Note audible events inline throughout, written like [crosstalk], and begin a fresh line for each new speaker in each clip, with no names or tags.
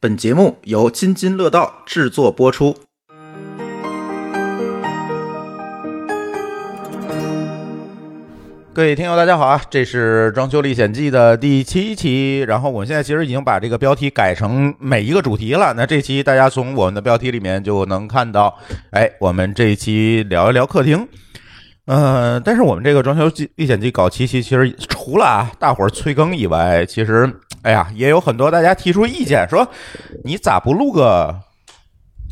本节目由津津乐道制作播出。各位听友，大家好啊！这是《装修历险记》的第七期，然后我们现在其实已经把这个标题改成每一个主题了。那这期大家从我们的标题里面就能看到，哎，我们这一期聊一聊客厅。呃，但是我们这个《装修记历险记》搞七期，其实除了啊大伙儿催更以外，其实哎呀，也有很多大家提出意见，说你咋不录个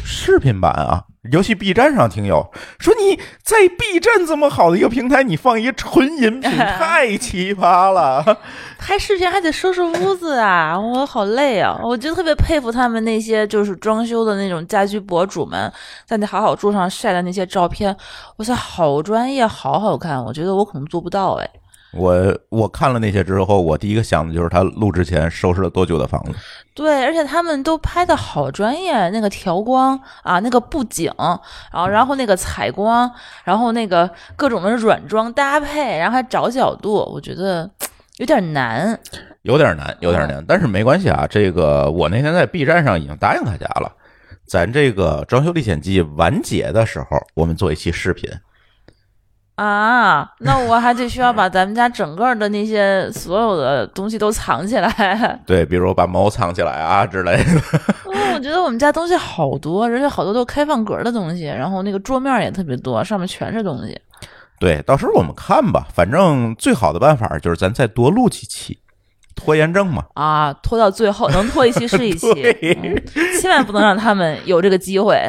视频版啊？尤其 B 站上听友说你在 B 站这么好的一个平台，你放一纯音频太奇葩了。
拍视频还得收拾屋子啊， [laughs] 我好累啊！我就特别佩服他们那些就是装修的那种家居博主们，在那好好住上晒的那些照片，哇塞，好专业，好好看！我觉得我可能做不到哎。
我我看了那些之后，我第一个想的就是他录之前收拾了多久的房子。
对，而且他们都拍的好专业，那个调光啊，那个布景，然后然后那个采光，然后那个各种的软装搭配，然后还找角度，我觉得有点难。
有点难，有点难，但是没关系啊。这个我那天在 B 站上已经答应大家了，咱这个《装修历险记》完结的时候，我们做一期视频。
啊，那我还得需要把咱们家整个的那些所有的东西都藏起 [laughs] 来。
对，比如把猫藏起来啊之类的。
嗯，我觉得我们家东西好多，而且好多都是开放格的东西，然后那个桌面也特别多，上面全是东西。
对，到时候我们看吧。反正最好的办法就是咱再多录几期，拖延症嘛。
啊，拖到最后能拖一期是一 [laughs] 期，嗯
对
千万不能让他们有这个机 [laughs] 会。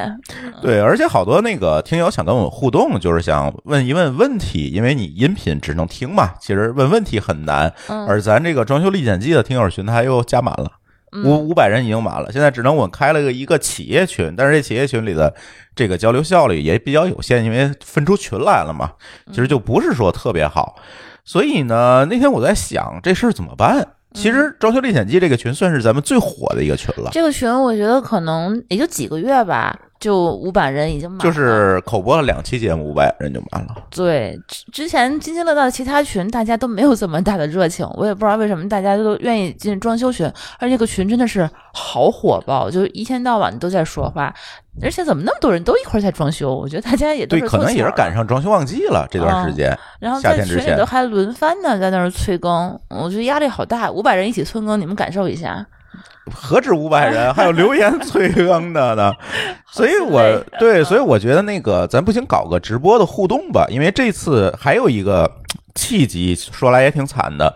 对，而且好多那个听友想跟我们互动，就是想问一问问题，因为你音频只能听嘛，其实问问题很难。
嗯
而咱这个装修历险记的听友群，它又加满了。
嗯，
五五百人已经满了，现在只能我们开了个一个企业群，但是这企业群里的这个交流效率也比较有限，因为分出群来了嘛，
嗯
其实就不是说特别好。所以呢，那天我在想这事儿怎么
嗯
办。其实《装修历险记》这个群算是咱们最火的一个群了，
这个群我觉得可能也就几个月吧，就五百人已经满了。
就是口播了两期节目，五百人就满了。
对，之之前津津乐道的其他群，大家都没有这么大的热情，我也不知道为什么大家都愿意进装修群，而且这个群真的是好火爆，就一天到晚都在说话，而且怎么那么多人都一块儿在装修？我觉得大家也都
对，
是
可能也是赶
上，
上装修旺季了这
哦
段时间。
然后
夏
在
天之
群里
前
头还轮番的在那儿催更，我觉得压力好大，五百人一起催更，你们感受一下。
何止五百
[laughs]
人，还有留言催更的呢。所以我
好心累啊嗯
对，所以我觉得那个咱不行，搞个直播的互动吧，因为这次还有一个契机，说来也挺惨的。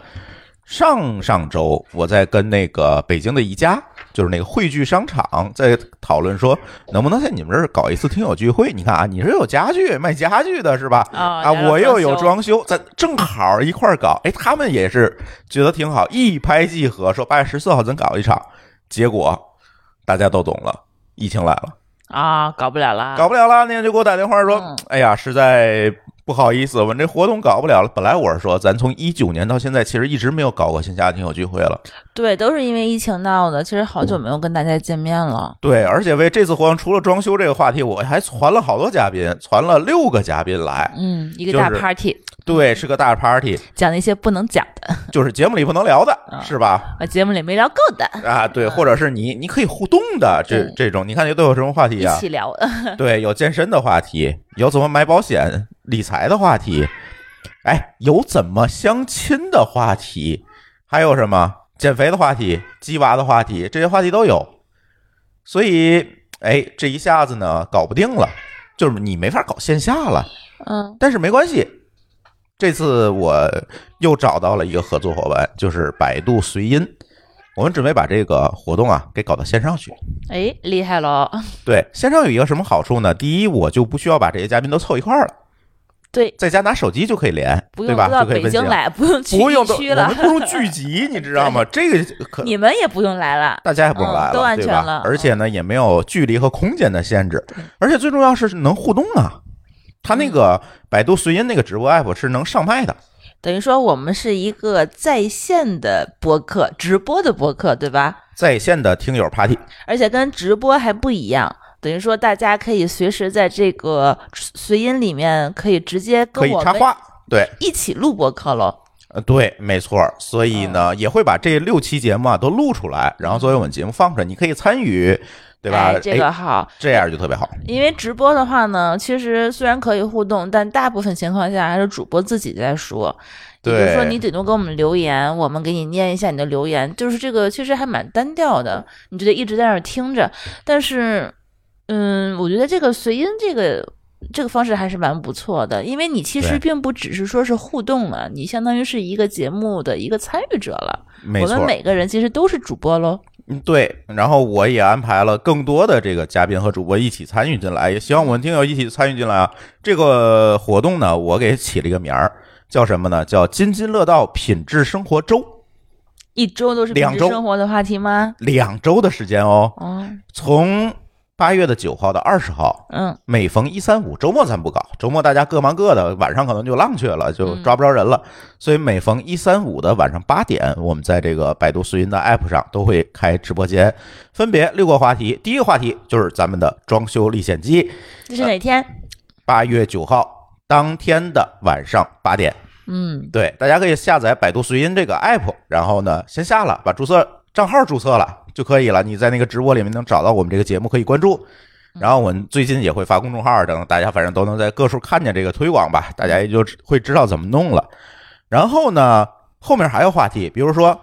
上上周我在跟那个北京的宜家，就是那个汇聚商场，在讨论说能不能在你们这儿搞一次听友聚会。你看啊，你是有家具卖家具的是吧？
啊
啊，
然后
我又有
装修
装修，咱正好一块儿搞。哎，他们也是觉得挺好，一拍即合，说八月十四号咱搞一场。结果大家都懂了，疫情来了，
啊，搞不了啦，
搞不了了。那天就给我打电话说，
嗯
哎呀，实在不好意思，我们这活动搞不了了。本来我是说，咱从一九年到现在，其实一直没有搞过线下听友聚会了。
对，都是因为疫情闹的，其实好久没有跟大家见面了。
对，而且为这次活动，除了装修这个话题，我还传了好多嘉宾，传了六个嘉宾来。
嗯，一个
就
大
是
party，、
对，是个大 party，
讲了一些不能讲
[laughs]
的，
就是节目里不能聊的，是吧？
啊，节目里没聊够的。 [laughs]
啊，对，或者是你你可以互动的这
嗯对
这种，你看这都有什么话题
一
啊？
起聊。
对，有健身的话题，有怎么买保险、理财的话题，哎，有怎么相亲的话题，还有什么减肥的话题、鸡娃的话题，这些话题都有。所以，哎，这一下子呢，搞不定了，就是你没法搞线下了。
嗯
但是没关系，这次我又找到了一个合作伙伴，就是百度随音。我们准备把这个活动啊给搞到线上去。，
哎，厉害喽！
对，线上有一个什么好处呢？第一，我就不需要把这些嘉宾都凑一块儿了，
对，
在家拿手机就可以连，
不
对
用
吧？
到
就可以
北
分
京
享，
来， [laughs] 不用去
不用
疫
都
区
我
了
们，不如
[laughs]
聚集，你知道吗？这个可
你们也不用来了。
大家也不用来
嗯都安
对
全
吧
了？
而且呢，也没有距离和空间的限制，而且最重要是能互动啊。它
嗯
那个百度随音那个直播 app 是能上麦的，
等于说我们是一个在线的播客，直播的播客，对吧？
在线的听友 party。
而且跟直播还不一样。等于说，大家可以随时在这个随音里面可以直接
可
跟
以
我
插
们
话，对
一起录播客喽。
呃，对，没错儿。所以呢，也会把这六期节目啊都录出来，然后作为我们节目放出来，你可以参与，对吧？
哎这个
哎
好，
这样就特别好。
因为直播的话呢，其实虽然可以互动，但大部分情况下还是主播自己在说。
对
比如说你顶多给我们留言，我们给你念一下你的留言，就是这个其实还蛮单调的，你就得一直在那儿听着。但是，嗯，我觉得这个随音这个。这个方式还是蛮不错的，因为你其实
对
并不只是说是互动了，你相当于是一个节目的一个参与者了。
没
我
错
们
儿，
每个人其实都是主播喽。
嗯，对。然后我也安排了更多的这个嘉宾和主播一起参与进来，也希望我们听友一起参与进来啊。这个活动呢，我给起了一个名儿，叫什么呢？叫“津津乐道品质生活周
一周都是
两
平时
周
生活的话题吗”，？
两周的时间哦，
哦，
从八月的九号到二十号，
嗯，
每逢一三五，周末咱不搞，周末大家各忙各的，晚上可能就浪去了，就抓不着人了。所以每逢一三五的晚上八点，我们在这个百度随音的 app 上都会开直播间，分别六个话题。第一个话题就是咱们的装修历险记，
这
呃
是哪天？
八月九号当天的晚上八点。
嗯，
对，大家可以下载百度随音这个 app，然后呢，先下了，把注册账号注册了就可以了。你在那个直播里面能找到我们这个节目，可以关注。然后我们最近也会发公众号等，大家反正都能在各处看见这个推广吧，大家也就会知道怎么弄了。然后呢，后面还有话题，比如说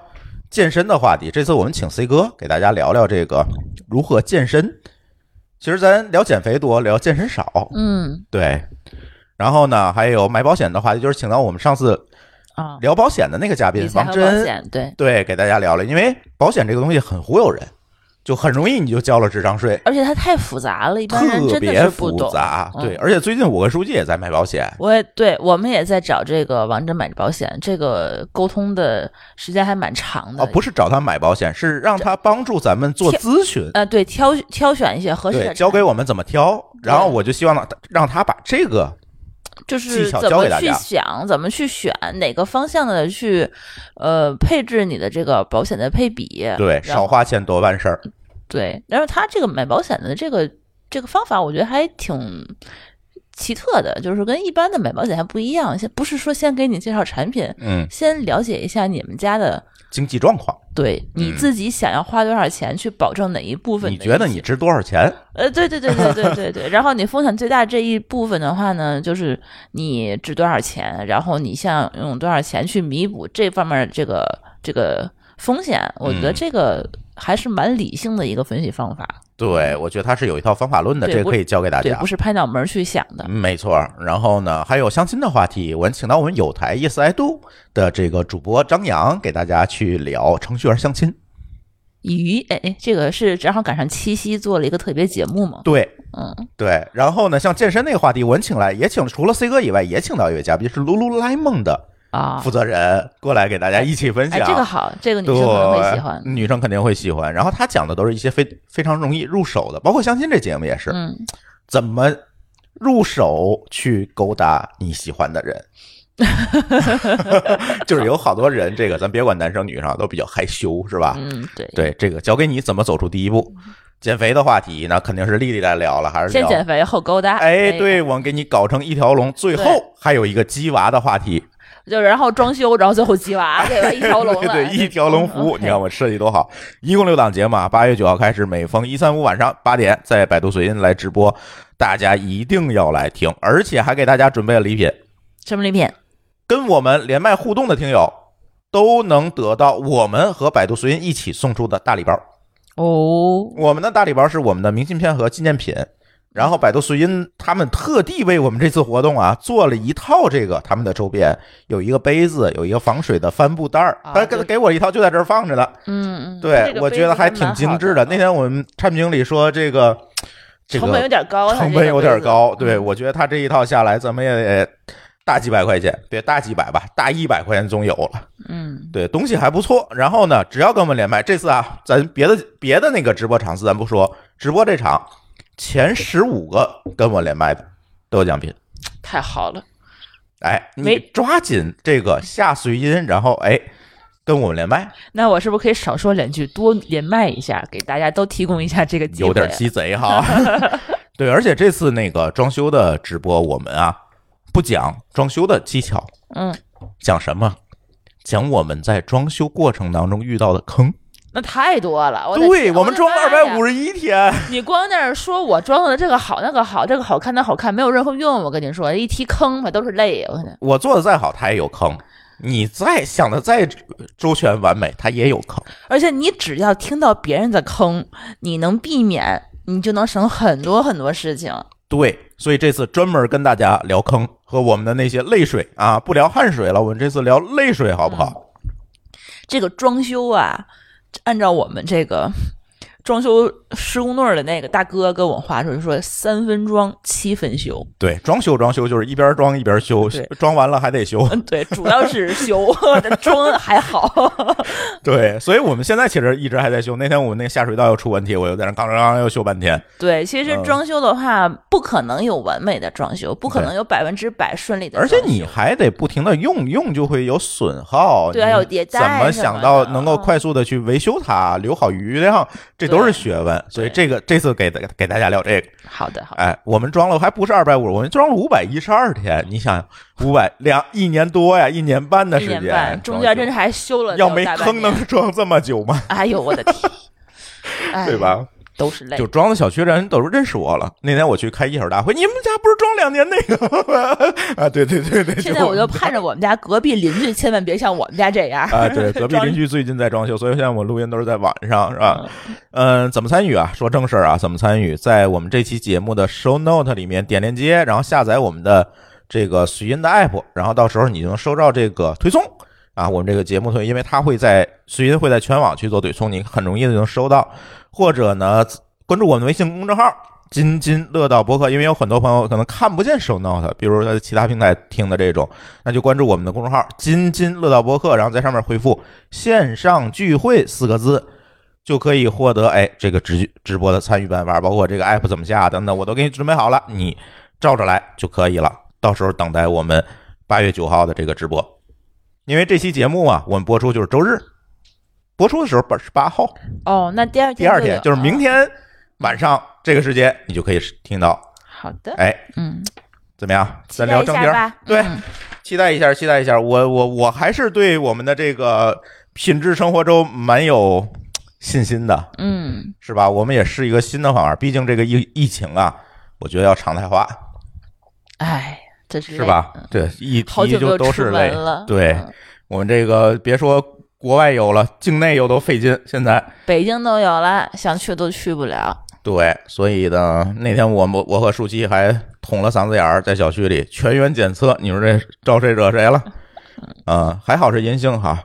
健身的话题，这次我们请 C 哥给大家聊聊这个如何健身。其实咱聊减肥多，聊健身少，
嗯
对。然后呢，还有买保险的话题，就是请到我们上次
啊，
聊保险的那个嘉宾
理财
王
和保
真，
险对，
对，给大家聊了，因为保险这个东西很忽悠人，就很容易你就交了智商税，
而且它太复杂了，一般人
特
真的
别
是不
复
懂。
杂。
嗯
对，而且最近我跟书记也在买保险，
我也对我们也在找这个王真买保险，这个沟通的时间还蛮长的。
哦，不是找他买保险，是让他帮助咱们做
挑
咨询，
呃，对，挑挑选一些合适的
对，
产，
教给我们怎么挑。然后
对
我就希望他让他把这个
就是
技巧
怎
教给
么
大
去
家
想，怎么去选哪个方向的去，呃，配置你的这个保险的配比。
对
呃然后
少花钱多办事儿，
对，然后他这个买保险的这个这个方法，我觉得还挺奇特的，就是跟一般的买保险还不一样。先不是说先给你介绍产品，
嗯，
先了解一下你们家的，
经济状况，
对你自己想要花多少钱去保证哪一部
嗯
分的
你
一些。
觉得你值多少钱？
呃，对对对对
[laughs]
对对对。然后你风险最大这一部分的话呢，就是你值多少钱，然后你想用多少钱去弥补这方面的这个这个风险，我觉得
嗯
这个还是蛮理性的一个分析方法。
对，我觉得他是有一套方法论的，
嗯对
这个
不
可以教给大
对，
家
不。是拍脑门儿去想的。
嗯没错，然后呢，还有相亲的话题，我们请到我们有台 Yes I Do 的这个主播张扬给大家去聊程序员相亲。
咦，哎哎，这个是正好赶上七夕做了一个特别节目嘛？
对
嗯，
对，然后呢，像健身那个话题，我们请来也请除了 C 哥以外，也请到一位嘉宾是 Lululemon 的
啊
负，责人过来给大家一起分
哎，
享。
这个好，这个女
对，
生可能会喜欢。
女生肯定会喜欢。然后他讲的都是一些非非常容易入手的，包括相亲这节目也是，
嗯，
怎么入手去勾搭你喜欢的人。 [laughs] 就是有好多人，这个咱别管男生女生啊都比较害羞，是吧？
嗯，对，
对，这个交给你怎么走出第一步。减肥的话题那肯定是丽丽来聊了，还是
先
聊
减肥后勾搭。
哎，对，，我们给你搞成一条龙，最后还有一个鸡娃的话题，
就是然后装修，然后最
[laughs]
后鸡娃，对吧？一条龙嗯了，
对对，一条龙服务，你看我设计多好。一共六档节目啊，八月九号开始，每逢一三五晚上八点在百度水音来直播，大家一定要来听，而且还给大家准备了礼品，
什么礼品？
跟我们连麦互动的听友都能得到我们和百度随音一起送出的大礼包。
哦，
我们的大礼包是我们的明信片和纪念品。然后百度随音他们特地为我们这次活动啊做了一套这个他们的周边，有一个杯子，有一个防水的帆布袋儿，
啊
他给
就是
给我一套就在这儿放着呢。
嗯，嗯
对
这，个
我觉得还
杯子
挺
蛮
精致
好
的。
的。
那天我们产品经理说这个这
成本有
个
点高，它
成
这
本
个
有
杯
点
子嗯
高，对我觉得他这一套下来怎么也得大几百块钱，别大几百吧，大一百块钱总有了。
嗯，
对，东西还不错。然后呢，只要跟我们连麦，这次啊，咱别的别的那个直播场次咱不说，直播这场前十五个跟我连麦的都有奖品。
太好了，
哎，你
没
抓紧这个下随音，然后哎跟我们连麦，
那我是不是可以少说两句，多连麦一下，给大家都提供一下这个机会？
有点鸡贼哈。 [laughs] 对，而且这次那个装修的直播，我们啊不讲装修的技巧，
嗯，
讲什么？讲我们在装修过程当中遇到的坑。
那太多了。我的
对
天
我们装了二百五，
的
十一天，
妈呀 [laughs] 你光在那儿说我装的这个好那个好，这个好看那好看，没有任何用。我跟你说，一提坑吧都是泪。我跟你
我做的再好，它也有坑；你再想的再周全完美，它也有坑。
而且你只要听到别人的坑，你能避免，你就能省很多很多事情。
对，所以这次专门跟大家聊坑和我们的那些泪水啊，不聊汗水了，我们这次聊泪水好不
嗯
好？
这个装修啊，按照我们这个装修施工队儿的那个大哥跟我话说，就说三分装七分修。 [laughs]
对，装修装修就是一边装一边修
对，
装完了还得修。
嗯，对，主要是修，这装还好。 [laughs]
对，所以我们现在其实一直还在修。那天我们那个下水道又出问题，我又在那刚刚刚又修半天。
对，其实
嗯
装修的话，不可能有完美的装修，不可能有百分之百顺利的
而
装
且
修。
你还得不停的用，用就会有损耗。
对啊
你
有迭
怎
代
么
什
想
么
到
的啊
能够快速的去维修它，留好余量，这都是
对
学问。所以
对
这个这次给大给大家聊这个，
好的，好的，
哎，我们装了还不是二百五，我们装了五百一十二天。你想想，五百两一年多呀，一年半的
一
时
年
间，
半，中间真是还修了
要
有
没
大半
坑
年
[laughs] 能装这么久
[laughs]
吗？
哎呦我的
[laughs]
天，哎
对吧？？
都是泪
就。装的小区的人都认识我了。那天我去开业主大会，你们家不是装两年那个吗？ [laughs] 啊，对对对对，
现在我就盼着我们家隔壁邻居千万别像我们家这样。
[laughs] 啊，对，隔壁邻居最近在装修，所以现在我录音都是在晚上，是吧？嗯，怎么参与啊？说正事儿啊，怎么参与？在我们这期节目的 show note 里面点链接，然后下载我们的这个随音的 app，然后到时候你就能收到这个推送啊。我们这个节目推，因为它会在随音会在全网去做推送，你很容易的就能收到，或者呢关注我们的微信公众号。津津乐道播客，因为有很多朋友可能看不见 show note，比如在其他平台听的这种，那就关注我们的公众号“津津乐道播客”，然后在上面回复“线上聚会”四个字，就可以获得哎这个直直播的参与办法，包括这个 app 怎么下啊等等，我都给你准备好了，你照着来就可以了。到时候等待我们八月九号的这个直播，因为这期节目啊，我们播出就是周日，播出的时候本是八号，
哦，那第二
第二
就
天
有啊
就是
了
明。天晚上这个时间，你就可以听到。
好的，
哎，
嗯，
怎么样？
期
咱
待
聊
一
正
下
题儿。
吧。
对
嗯
期待一下，期待一下。我我我还是对我们的这个品质生活周蛮有信心的，
嗯，
是吧？我们也是一个新的方法，毕竟这个疫疫情啊，我觉得要常态化，
哎，这是
是
泪
吧
嗯？
对，一
好
提
久没
就
有
都
出
是
门
累。
了。
对
嗯
我们这个别说国外有了，境内又都费劲，现在
北京都有了，想去都去不了。
对，所以呢，那天我们我和舒淇还捅了嗓子眼儿，在小区里全员检测，你说这招谁惹谁了？啊、还好是阴性哈。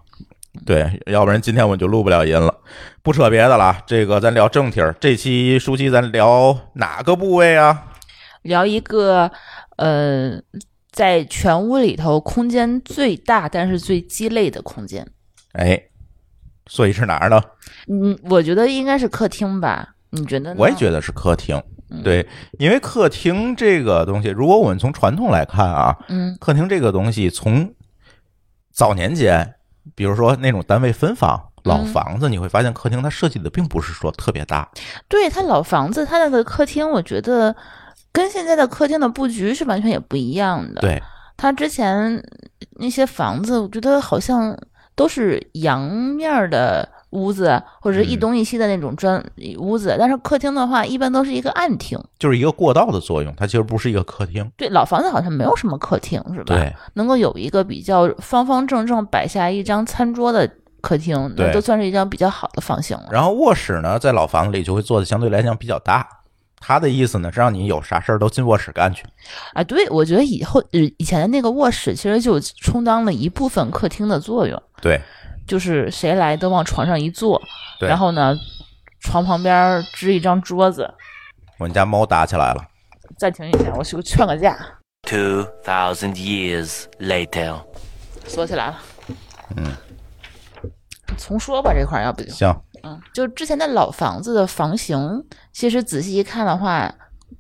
对，要不然今天我就录不了音了。不扯别的了啊，这个咱聊正题儿。这期舒淇，咱聊哪个部位啊？
聊一个，呃，在全屋里头空间最大但是最鸡肋的空间。
哎，所以是哪儿呢？
嗯，我觉得应该是客厅吧？你觉得呢？
我也觉得是客厅。
嗯
对，因为客厅这个东西，如果我们从传统来看啊，
嗯
客厅这个东西，从早年间，比如说那种单位分房、老房子，你会发现客厅它设计的并不是说特别大。，
对，它老房子，它那个客厅，我觉得跟现在的客厅的布局是完全也不一样的。，
对，
它之前那些房子，我觉得好像都是阳面儿的屋子，或者是一
嗯
东一西的那种砖屋子，但是客厅的话，一般都是一个暗厅。
就是一个过道的作用，它其实不是一个客厅。
对，老房子好像没有什么客厅，是吧？，
对，
能够有一个比较方方正正摆下一张餐桌的客厅，那
对
都算是一张比较好的房型了。
然后卧室呢，在老房子里就会做的相对来讲比较大。它的意思呢，是让你有啥事儿都进卧室干去。
啊，对，我觉得以后呃以前的那个卧室其实就充当了一部分客厅的作用，
对，
就是谁来都往床上一坐，
对
然后呢，床旁边儿支一张桌子。
我们家猫打起来了。
暂停一下，我去劝个架，
2,000 years later.
锁起来了。嗯，重说吧，这块儿要不就
行，
嗯，就之前的老房子的房型，其实仔细一看的话，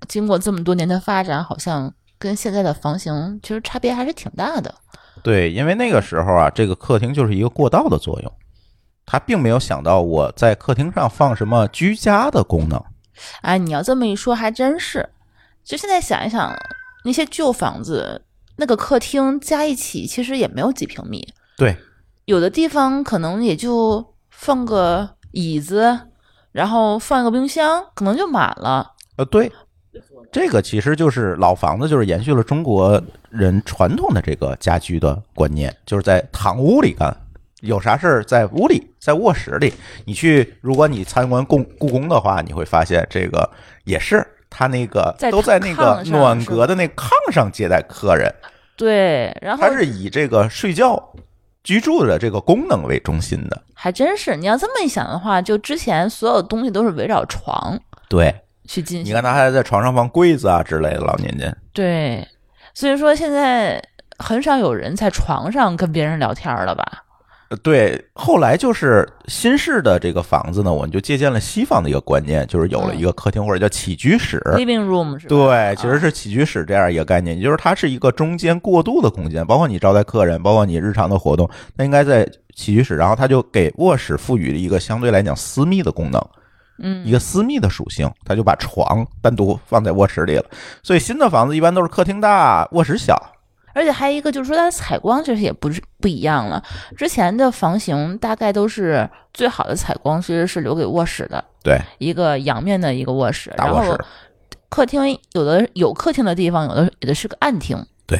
经过这么多年的发展，好像跟现在的房型其实差别还是挺大的。
对，因为那个时候啊，这个客厅就是一个过道的作用，它并没有想到我在客厅上放什么居家的功能。
哎，你要这么一说，还真是。就现在想一想，那些旧房子，那个客厅加一起其实也没有几平米，
对，
有的地方可能也就放个椅子，然后放一个冰箱，可能就满了。
呃，对，这个其实就是老房子，就是延续了中国人传统的这个家居的观念，就是在堂屋里干。有啥事儿在屋里，在卧室里，你去，如果你参观故故宫的话，你会发现这个也是他那个
在
都在那个
炕上
暖
是吧
阁的那炕上接待客人，
对，然后
它是以这个睡觉居住的这个功能为中心的。
还真是，你要这么一想的话，就之前所有东西都是围绕床
对，
去进
你
行。
看他还在床上放柜子啊之类的，老年间。
对，所以说现在很少有人在床上跟别人聊天了吧？
呃对，后来就是新式的这个房子呢，我们就借鉴了西方的一个观念，就是有
嗯
了一个客厅或者叫起居室。
living room 是吧？
对，其实是起居室这样一个概念，也就是它是一个中间过渡的空间，包括你招待客人，包括你日常的活动，它应该在起居室，然后它就给卧室赋予了一个相对来讲私密的功能，
嗯
一个私密的属性，它就把床单独放在卧室里了。所以新的房子一般都是客厅大，卧室小。
而且还有一个就是说，它的采光其实也不是不一样了。之前的房型大概都是最好的采光，其实是留给卧室的
对，
一个阳面的一个卧室，
大
然
卧
后
室，
客厅有的有客厅的地方，有的有的是个暗厅，
对，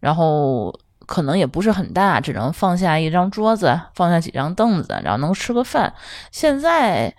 然后可能也不是很大，只能放下一张桌子，放下几张凳子，然后能吃个饭。现在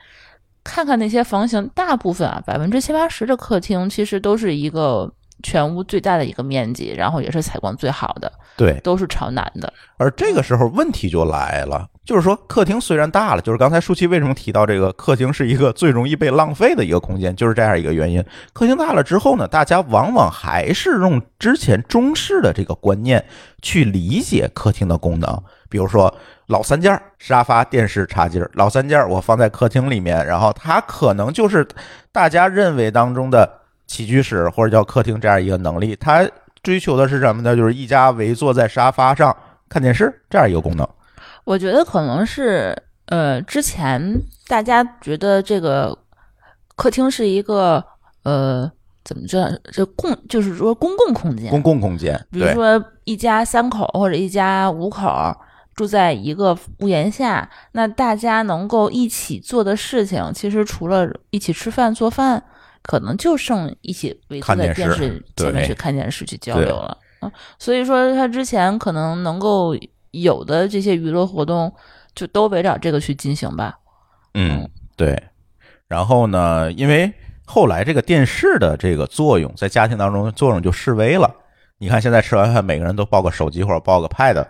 看看那些房型，大部分啊，百分之七八十的客厅其实都是一个全屋最大的一个面积，然后也是采光最好的，
对，
都是朝南的。
而这个时候问题就来了，就是说客厅虽然大了，就是刚才舒淇为什么提到这个客厅是一个最容易被浪费的一个空间，就是这样一个原因。客厅大了之后呢，大家往往还是用之前中式的这个观念去理解客厅的功能，比如说老三件儿沙发、电视、茶几儿，老三件儿我放在客厅里面，然后它可能就是大家认为当中的起居室或者叫客厅这样一个能力，它追求的是什么呢？就是一家围坐在沙发上看电视这样一个功能。
我觉得可能是呃，之前大家觉得这个客厅是一个呃，怎么着，这共就是说公共空间，
公共空间，
比如
对
说一家三口或者一家五口。住在一个屋檐下，那大家能够一起做的事情，其实除了一起吃饭做饭，可能就剩一起围坐
看
在
电
电
视
视前面
对
去看电视去交
对
流了。啊，所以说他之前可能能够有的这些娱乐活动，就都围绕这个去进行吧。
嗯，对。然后呢，因为后来这个电视的这个作用在家庭当中作用就示威了。你看，现在吃完饭，每个人都抱个手机或者抱个 pad，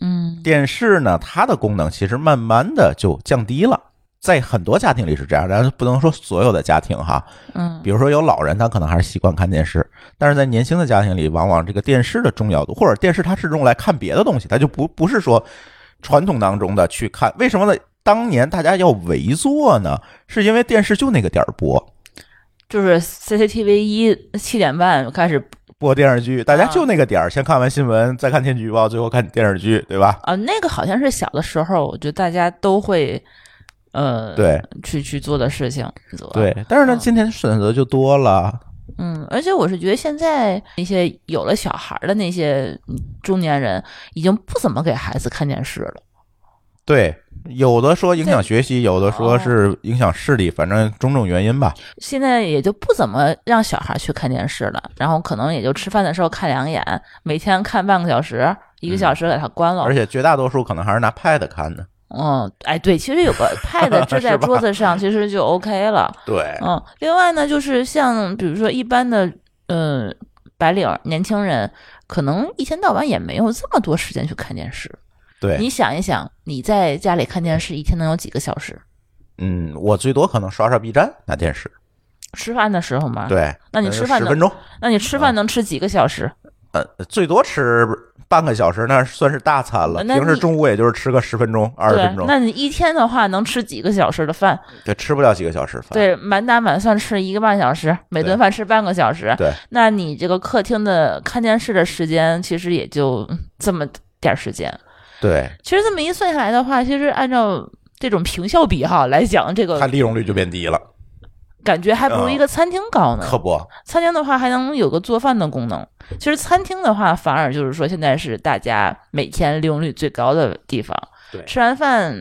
嗯，
电视呢，它的功能其实慢慢的就降低了，在很多家庭里是这样，但不能说所有的家庭哈。
嗯，
比如说有老人，他可能还是习惯看电视，但是在年轻的家庭里，往往这个电视的重要度，或者电视它是用来看别的东西，它就不不是说传统当中的去看。为什么呢？当年大家要围坐呢，是因为电视就那个点儿播
就是 CCTV 一七点半开始
播电视剧，大家就那个点儿，先看完新闻，再看天气预报，最后看电视剧，对吧？
啊，那个好像是小的时候，我觉得大家都会，呃，
对
去去做的事情。做，
对，但是呢，
嗯
今天选择就多了，
嗯，而且我是觉得现在那些有了小孩儿的那些嗯中年人，已经不怎么给孩子看电视了。
对，有的说影响
在
学习，有的说是影响视力，反正种种原因吧。
现在也就不怎么让小孩去看电视了，然后可能也就吃饭的时候看两眼，每天看半个小时、一个小时给它关了。
嗯而且绝大多数可能还是拿 Pad 看的。
嗯，哎，对，其实有
[laughs]
个 pad 支在
是吧
桌子上，其实就 OK 了。
对，
嗯，另外呢，就是像比如说一般的，呃，白领儿年轻人，可能一天到晚也没有这么多时间去看电视。
对，
你想一想，你在家里看电视一天能有几个小时？
嗯，我最多可能刷刷 B 站拿电视。
吃饭的时候吗？。
对，
啊
呃啊
那你吃饭
十
呢
分钟，
那你吃饭能吃几个小时？
呃，最多吃半个小时，那算是大餐了。
呃那
平时
你
中午也就是吃个十分钟、二十
对
分，钟，啊
那你一天的话能吃几个小时的饭？
对，吃不了几个小时饭。
对，满打满算吃一个半小时，每顿饭吃半个小时。
对，
那你这个客厅的看电视的时间，其实也就嗯这么点儿时间。
对，
其实这么一算下来的话，其实按照这种平效比哈来讲，这
它
个
利用率就变低了。
感觉还不如一个餐厅高呢。
可不，
餐厅的话还能有个做饭的功能。其实餐厅的话，反而就是说现在是大家每天利用率最高的地方。
对
吃完饭，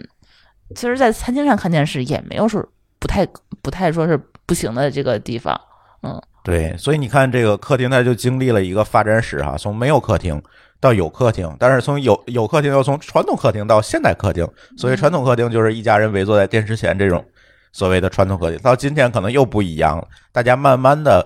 其实，在餐厅上看电视也没有说不太不太说是不行的这个地方。
对，所以你看这个客厅，它就经历了一个发展史哈、从没有客厅到有客厅，但是从有有客厅又从传统客厅到现代客厅，所以
嗯
传统客厅就是一家人围坐在电视前这种所谓的传统客厅，到今天可能又不一样了，大家慢慢的。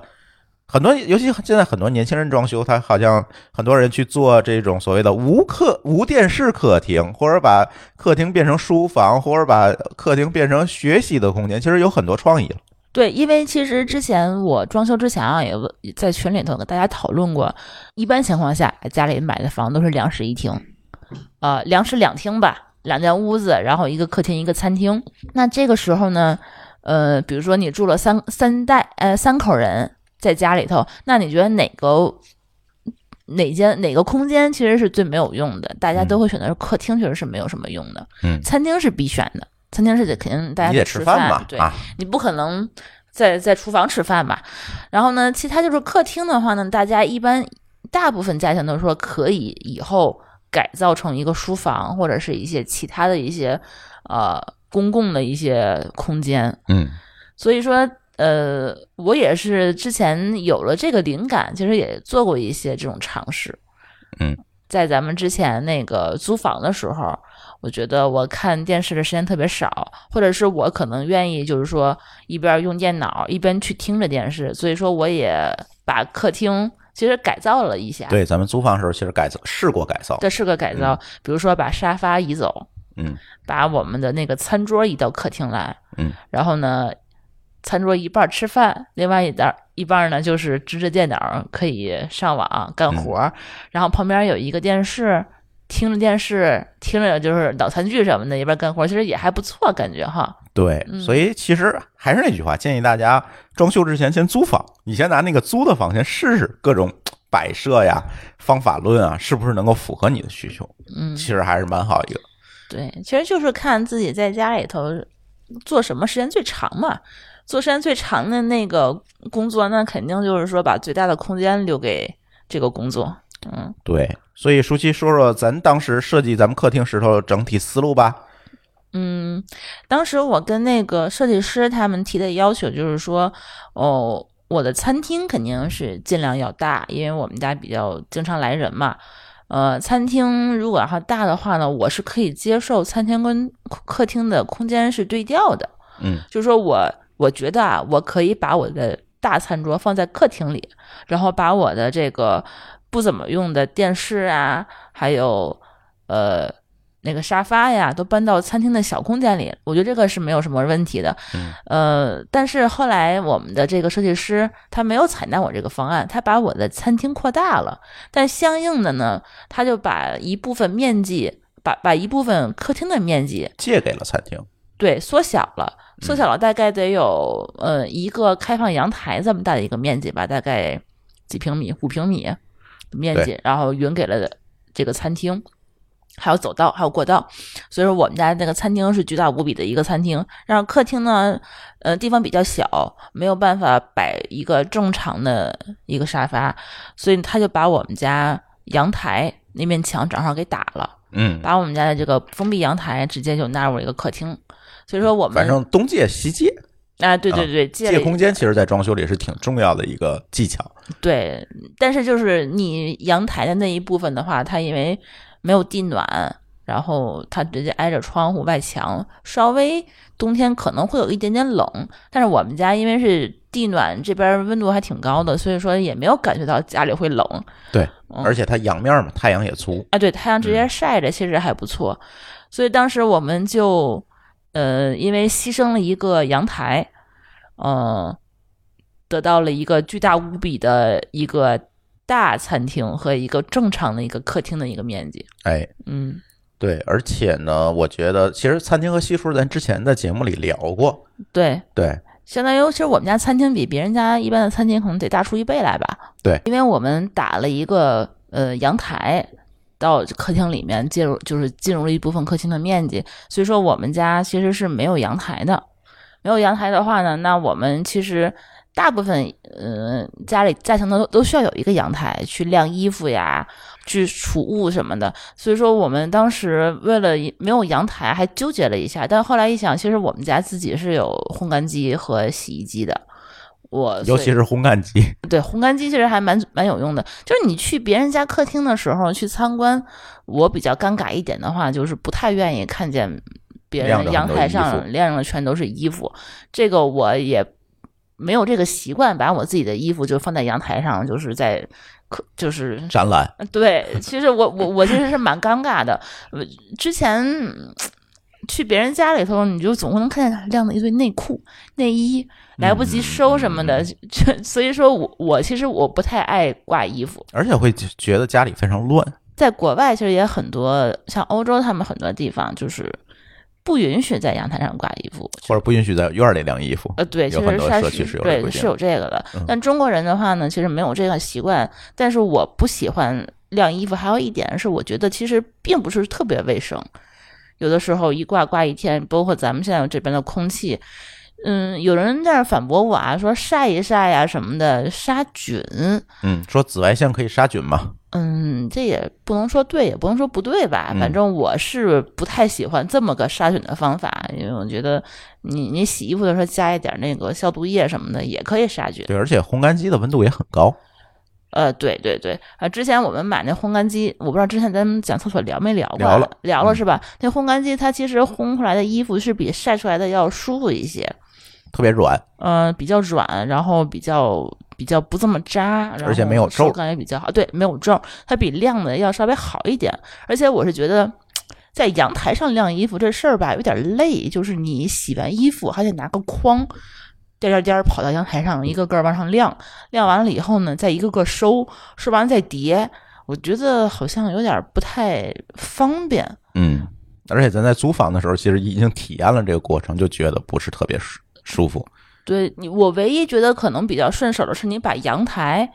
很多，尤其现在很多年轻人装修，他好像很多人去做这种所谓的无客无电视客厅，或者把客厅变成书房，或者把客厅变成学习的空间，其实有很多创意了。
对，因为其实之前我装修之前啊，也问在群里头跟大家讨论过，一般情况下家里买的房都是两室一厅，呃，两室两厅吧，两间屋子，然后一个客厅一个餐厅。那这个时候呢，呃，比如说你住了三三代呃三口人在家里头，那你觉得哪个哪间哪个空间其实是最没有用的？大家都会选择客厅，确实是没有什么用的，
嗯
餐厅是必选的。餐厅是得肯定大家
你得
吃
吃饭
饭
嘛，
对，
啊，
你不可能在在厨房吃饭吧？然后呢，其他就是客厅的话呢，大家一般大部分家庭都说可以以后改造成一个书房或者是一些其他的一些呃公共的一些空间。
嗯，
所以说，呃，我也是之前有了这个灵感，其实也做过一些这种尝试。
嗯，
在咱们之前那个租房的时候，我觉得我看电视的时间特别少，或者是我可能愿意就是说一边用电脑一边去听着电视，所以说我也把客厅其实改造了一下。。
对，嗯咱们租房的时候其实改造试过改造，
这是个改造，比如说把沙发移走，
嗯，
把我们的那个餐桌移到客厅来，
嗯，
然后呢，餐桌一半儿吃饭，另外一半儿一半儿呢就是支着电脑可以上网干
嗯
活儿，然后旁边有一个电视，听着电视，听着就是老餐剧什么的，一边干活儿，其实也还不错，感觉哈。
对，
嗯
所以其实还是那句话，建议大家装修之前先租房，你先拿那个租的房先试试各种摆设呀、方法论啊，是不是能够符合你的需求？
嗯
其实还是蛮好一个。
对，其实就是看自己在家里头做什么时间最长嘛。做时间最长的那个工作，那肯定就是说把最大的空间留给这个工作。嗯，
对，所以舒淇说说咱当时设计咱们客厅时候的整体思路吧。
嗯，当时我跟那个设计师他们提的要求就是说，哦，我的餐厅肯定是尽量要大，因为我们家比较经常来人嘛。呃，餐厅如果要大的话呢，我是可以接受餐厅跟客厅的空间是对调的。
嗯，
就是说我我觉得啊，我可以把我的大餐桌放在客厅里，然后把我的这个不怎么用的电视啊，还有呃那个沙发呀，都搬到餐厅的小空间里。我觉得这个是没有什么问题的。
嗯、
呃，但是后来我们的这个设计师他没有采纳我这个方案，他把我的餐厅扩大了，但相应的呢，他就把一部分面积。把把一部分客厅的面积
借给了餐厅，
对，缩小了，缩小了大概得有、呃一个开放阳台这么大的一个面积吧，大概几平米，五平米面积，然后匀给了这个餐厅，还有走道，还有过道，所以说我们家那个餐厅是巨大无比的一个餐厅，让客厅呢，呃地方比较小，没有办法摆一个正常的一个沙发，所以他就把我们家阳台那面墙正好给打了。
嗯，
把我们家的这个封闭阳台直接就纳入了一个客厅，所以说我
嗯
们
反正东借西借，
啊，对对对，借了
借空间其实在装修里是挺重要的一个技巧。
对，但是就是你阳台的那一部分的话，它因为没有地暖，然后它直接挨着窗户外墙，稍微冬天可能会有一点点冷，但是我们家因为是地暖，这边温度还挺高的，所以说也没有感觉到家里会冷，
对，
嗯
而且它阳面嘛，太阳也足。
啊，对，太阳直接晒着其实还不错，所以当时我们就呃，因为牺牲了一个阳台，呃，得到了一个巨大无比的一个大餐厅和一个正常的一个客厅的一个面积。
哎，
嗯
对，而且呢，我觉得其实餐厅和西厨咱之前的节目里聊过，，
对，
对
相当于其实我们家餐厅比别人家一般的餐厅可能得大出一倍来吧。
对
因为我们打了一个呃阳台到客厅里面，进入就是进入了一部分客厅的面积，所以说我们家其实是没有阳台的。没有阳台的话呢，那我们其实大部分嗯、呃、家里家庭呢都都需要有一个阳台去晾衣服呀，去储物什么的。所以说我们当时为了一没有阳台还纠结了一下，但后来一想，其实我们家自己是有烘干机和洗衣机的。我
尤
呃所以
其是烘干机， [laughs]
对，烘干机其实还蛮蛮有用的。就是你去别人家客厅的时候去参观，我比较尴尬一点的话，就是不太愿意看见别
晾着很
人阳
多
台
衣服
上晾着全都是衣服，这个我也没有这个习惯，把我自己的衣服就放在阳台上，就是在客就是
展览
对，其实我我我其实是蛮尴尬的。我之前嗯去别人家里头，你就总能看见他晾的一堆内裤、内衣，来不及收什么的。 [laughs] 这所以说我我其实我不太爱挂衣服。
而且会觉得家里非常乱。
在国外其实也很多，像欧洲他们很多地方就是不允许在阳台上挂衣服，
或者不允许在院儿里晾衣服。
呃，对，
有
其
很
实
多
它
社
是
区是有这规
对
定嗯
是有这个的。但中国人的话呢，其实没有这个习惯。但是我不喜欢晾衣服，还有一点是，我觉得其实并不是特别卫生。有的时候一挂挂一天，包括咱们现在这边的空气，嗯，有人在那儿反驳我啊，说晒一晒呀、什么的杀菌，
嗯，说紫外线可以杀菌嘛？
嗯，这也不能说对，也不能说不对吧。反
嗯
正我是不太喜欢这么个杀菌的方法，因为我觉得你你洗衣服的时候加一点那个消毒液什么的也可以杀菌。
对，而且烘干机的温度也很高。
呃，对对对，啊，之前我们买那烘干机，我不知道之前咱们讲厕所聊没聊过，
聊了嗯
聊了是吧？那烘干机它其实烘出来的衣服是比晒出来的要舒服一些，
特别软，
呃，比较软，然后比较比较不这么扎，然
而且没
后
有皱
手感也比较好，对，没有皱，它比晾的要稍微好一点。而且我是觉得，在阳台上晾衣服这事儿吧，有点累，就是你洗完衣服还得拿个筐。颠颠颠儿跑到阳台上，一个个儿往上晾，晾完了以后呢，再一个个收，收完再叠。我觉得好像有点不太方便。
嗯，而且咱在租房的时候，其实已经体验了这个过程，就觉得不是特别舒舒服。
对你，我唯一觉得可能比较顺手的是，你把阳台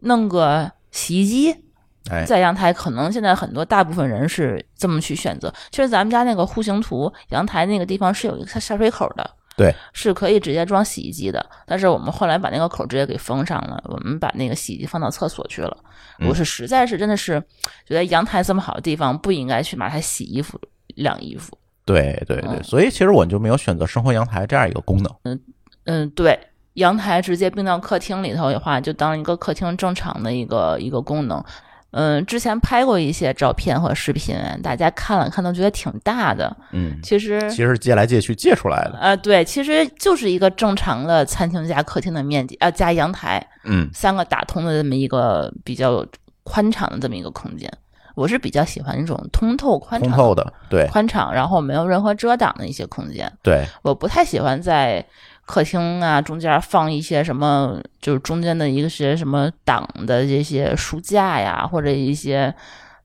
弄个洗衣机，
哎，
在阳台，可能现在很多大部分人是这么去选择。其实咱们家那个户型图，阳台那个地方是有一个下下水口的，
对，
是可以直接装洗衣机的。但是我们后来把那个口直接给封上了，我们把那个洗衣机放到厕所去了。
嗯
我是实在是真的是觉得阳台这么好的地方，不应该去把它洗衣服、晾衣服。
对对对，
嗯
所以其实我就没有选择生活阳台这样一个功能。
嗯，对，阳台直接并到客厅里头的话，就当一个客厅正常的一个一个功能。嗯，之前拍过一些照片和视频，大家看了看都觉得挺大的。
嗯，
其实，
其实借来借去借出来的。
呃，对，其实就是一个正常的餐厅加客厅的面积，啊、加阳台
嗯，
三个打通的这么一个比较宽敞的这么一个空间。我是比较喜欢那种通透宽
通
敞、
透的，对
宽敞，然后没有任何遮挡的一些空间。
对，
我不太喜欢在客厅啊中间放一些什么，就是中间的一个些什么挡的这些书架呀，或者一些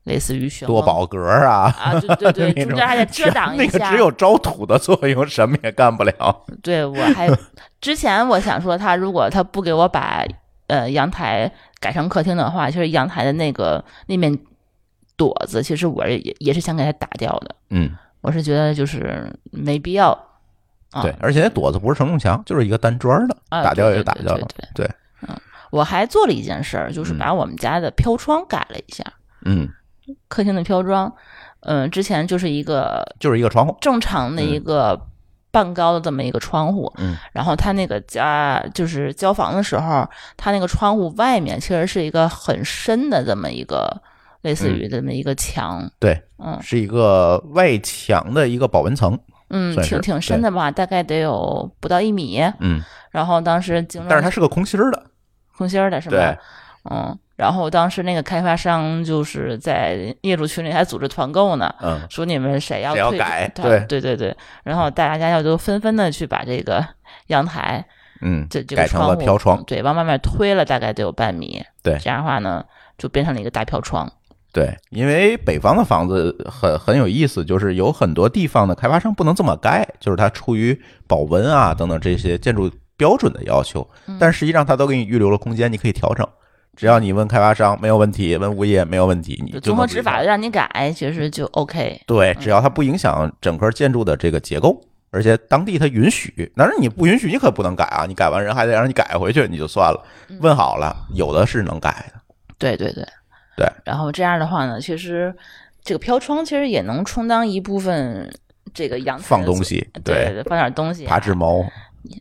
类似于玄
多
关
宝格啊。 [laughs]
啊，对对
那
对，
种
中间还得遮
[laughs]
挡一
那个
下。
只有招土的作用，什么也干不了。
对我还之前我想说，他如果他不给我把呃阳台改成客厅的话，其实阳台的那个那面垛子，其实我是也也是想给它打掉的。
嗯，
我是觉得就是没必要。啊、
对，而且那垛子不是承重墙，就是一个单砖的，
啊
打掉也
对
就打
对
掉
对
了。
对嗯，我还做了一件事儿，就是把我们家的飘窗改了一下，
嗯，
客厅的飘窗，嗯、之前就是一个
就是一个窗户。
正常的一个半高的这么一个窗户，
嗯，
然后它那个家就是交房的时候，它那个窗户外面其实是一个很深的这么一个类
嗯
似于这么一个墙，
对，
嗯
是一个外墙的一个保温层。
嗯，
算是
挺挺深的吧，大概得有不到一米，
嗯，
然后当时经
但是它
它
是个空心儿的。
空心儿的是吧？
对，
嗯，然后当时那个开发商就是在业主群里还组织团购呢，
嗯，
说你们谁要
谁要
退
改
他
对
对对对，然后大家要都纷纷的去把这个阳台
嗯，
这这个
改成了
户
飘窗。
对，往外面推了大概得有半米，
嗯对
这样的话呢就变成了一个大飘窗，
对，因为北方的房子很很有意思，就是有很多地方的开发商不能这么盖，就是它出于保温啊等等这些建筑标准的要求，
嗯
但实际上它都给你预留了空间，你可以调整。只要你问开发商没有问题，问物业没有问题，你就
就综
能
合
自
执
己
法嗯
调
让你改，其实就 OK。
对，只要它不影响整个建筑的这个结构，而且当地他允许，但是你不允许，你可不能改啊！你改完人还得让你改回去，你就算了。
嗯
问好了，有的是能改的。
对对对
对。
然后这样的话呢，其实这个飘窗其实也能充当一部分这个阳台的
放东西
作
对
对对，放点东西啊、
爬纸猫，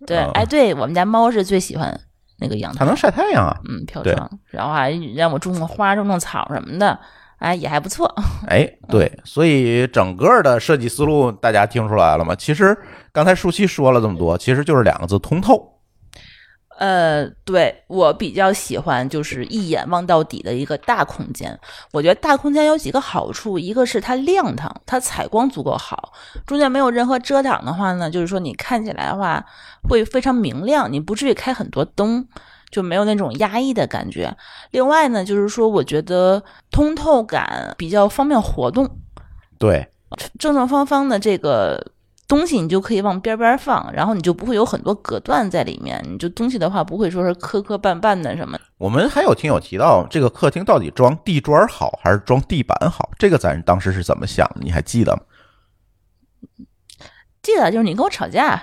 对，
嗯
哎，对我们家猫是最喜欢那个阳
它
台，
能晒太阳啊！
嗯，飘
对
窗，然后还让我种种花、种种草什么的，哎，也还不错。 [laughs]
哎，对，所以整个的设计思路大家听出来了吗？其实刚才舒淇说了这么多，其实就是两个字：通透。
呃，对我比较喜欢就是一眼望到底的一个大空间。我觉得大空间有几个好处，一个是它亮堂，它采光足够好，中间没有任何遮挡的话呢，就是说你看起来的话会非常明亮，你不至于开很多灯。就没有那种压抑的感觉。另外呢，就是说，我觉得通透感比较方便活动，
对，
正正方方的这个东西，你就可以往边边儿放，然后你就不会有很多隔断在里面。你就东西的话，不会说是磕磕绊绊的什么。
我们还有听友提到，这个客厅到底装地砖好还是装地板好？这个咱当时是怎么想的？你还记得吗？
记得就是你跟我吵架，